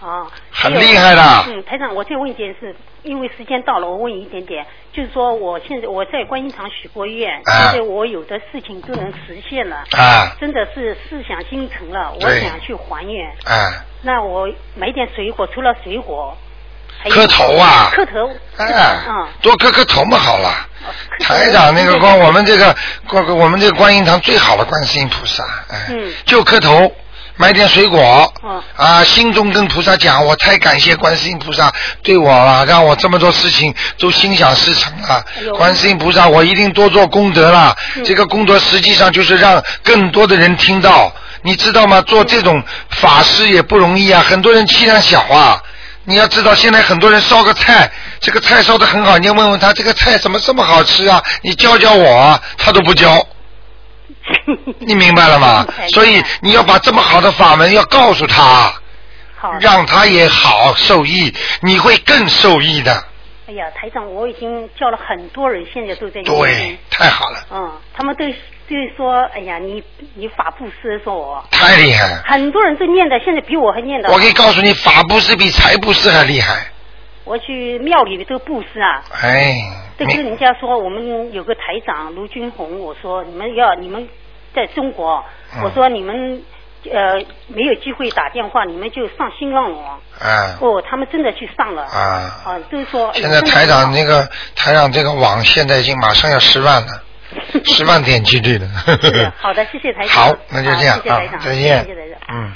Speaker 7: 啊，
Speaker 1: 很
Speaker 7: 还有
Speaker 1: 厉害的
Speaker 7: 嗯，台长，我再问一件事，因为时间到了，我问一点点，就是说我现在我在观音堂许过愿，
Speaker 1: 啊
Speaker 7: 现在我有的事情都能实现了，
Speaker 1: 啊
Speaker 7: 真的是事想心成了，我
Speaker 1: 对
Speaker 7: 想去还愿。
Speaker 1: 啊，
Speaker 7: 那我买点水果，除了水果，还有
Speaker 1: 磕头啊
Speaker 7: 磕头，
Speaker 1: 啊
Speaker 7: 嗯，，
Speaker 1: 多磕磕头嘛好了。
Speaker 7: 磕头
Speaker 1: 台长那个
Speaker 7: 对
Speaker 1: 哦光，我们这个光，我们这个观音堂最好的观世音菩萨，哎，
Speaker 7: 嗯
Speaker 1: 就磕头。买点水果，
Speaker 7: 嗯
Speaker 1: 啊，心中跟菩萨讲，我太感谢观世音菩萨对我了，让我这么多事情都心想事成了。
Speaker 7: 哎呦
Speaker 1: 观世音菩萨，我一定多做功德了。
Speaker 7: 嗯
Speaker 1: 这个功德实际上就是让更多的人听到，你知道吗？做这种法事也不容易啊，很多人气量小啊。你要知道，现在很多人烧个菜，这个菜烧的很好，你要问问他这个菜怎么这么好吃啊？你教教我啊，他都不教，你明白了吗
Speaker 7: 嗯明白？
Speaker 1: 所以你要把这么好的法门要告诉他，
Speaker 7: 好，
Speaker 1: 让他也好受益，你会更受益的。
Speaker 7: 哎呀，台长，我已经叫了很多人，现在都在念
Speaker 1: 对，太好了，
Speaker 7: 嗯，他们都都说，哎呀，你你法布施，说我。
Speaker 1: 太厉害了！
Speaker 7: 很多人都念的，现在比我还念的。
Speaker 1: 我可以告诉你，法布施比财布施还厉害。
Speaker 7: 我去庙里都布施啊，
Speaker 1: 哎，
Speaker 7: 都
Speaker 1: 你
Speaker 7: 跟人家说我们有个台长卢军红，我说你们要你们在中国，
Speaker 1: 嗯
Speaker 7: 我说你们呃没有机会打电话，你们就上新浪网。
Speaker 1: 啊
Speaker 7: 哦，他们真的去上了。
Speaker 1: 啊！
Speaker 7: 啊，都说。哎
Speaker 1: 现在台长那个台长这个网现在已经马上要十万 了，十万点击率了。
Speaker 7: 真的是的好的，谢谢台长。
Speaker 1: 好，那就这样
Speaker 7: 啊谢谢
Speaker 1: 啊
Speaker 7: 台长，，
Speaker 1: 再见
Speaker 7: 谢谢台长。。
Speaker 1: 嗯，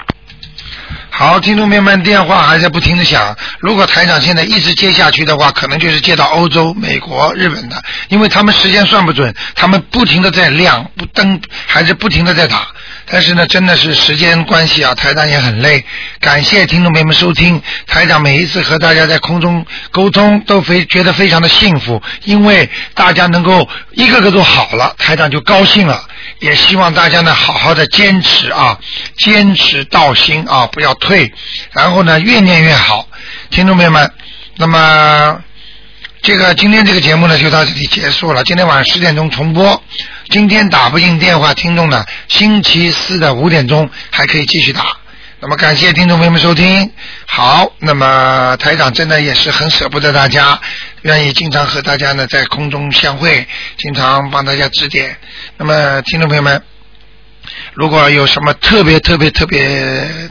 Speaker 1: 好，听众朋友们，电话还在不停的响。如果台长现在一直接下去的话，可能就是接到欧洲、美国、日本的，因为他们时间算不准，他们不停的在亮，不登，还是不停的在打。但是呢，真的是时间关系啊，台长也很累。感谢听众朋友们收听，台长每一次和大家在空中沟通都非觉得非常的幸福，因为大家能够一个个都好了，台长就高兴了。也希望大家呢好好的坚持啊，坚持到心啊，不要退，然后呢越念越好。听众朋友们，那么这个今天这个节目呢就到这里结束了。今天晚上十点钟重播。今天打不进电话，听众呢，星期四的五点钟还可以继续打。那么感谢听众朋友们收听。好，那么台长真的也是很舍不得大家，愿意经常和大家呢在空中相会，经常帮大家指点。那么听众朋友们。如果有什么特别特别特别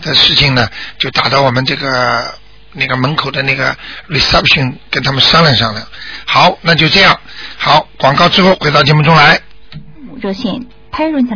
Speaker 1: 的事情呢，就打到我们这个那个门口的那个 reception 跟他们商量商量。好，那就这样。好，广告之后回到节目中来。
Speaker 8: 热线 Parentland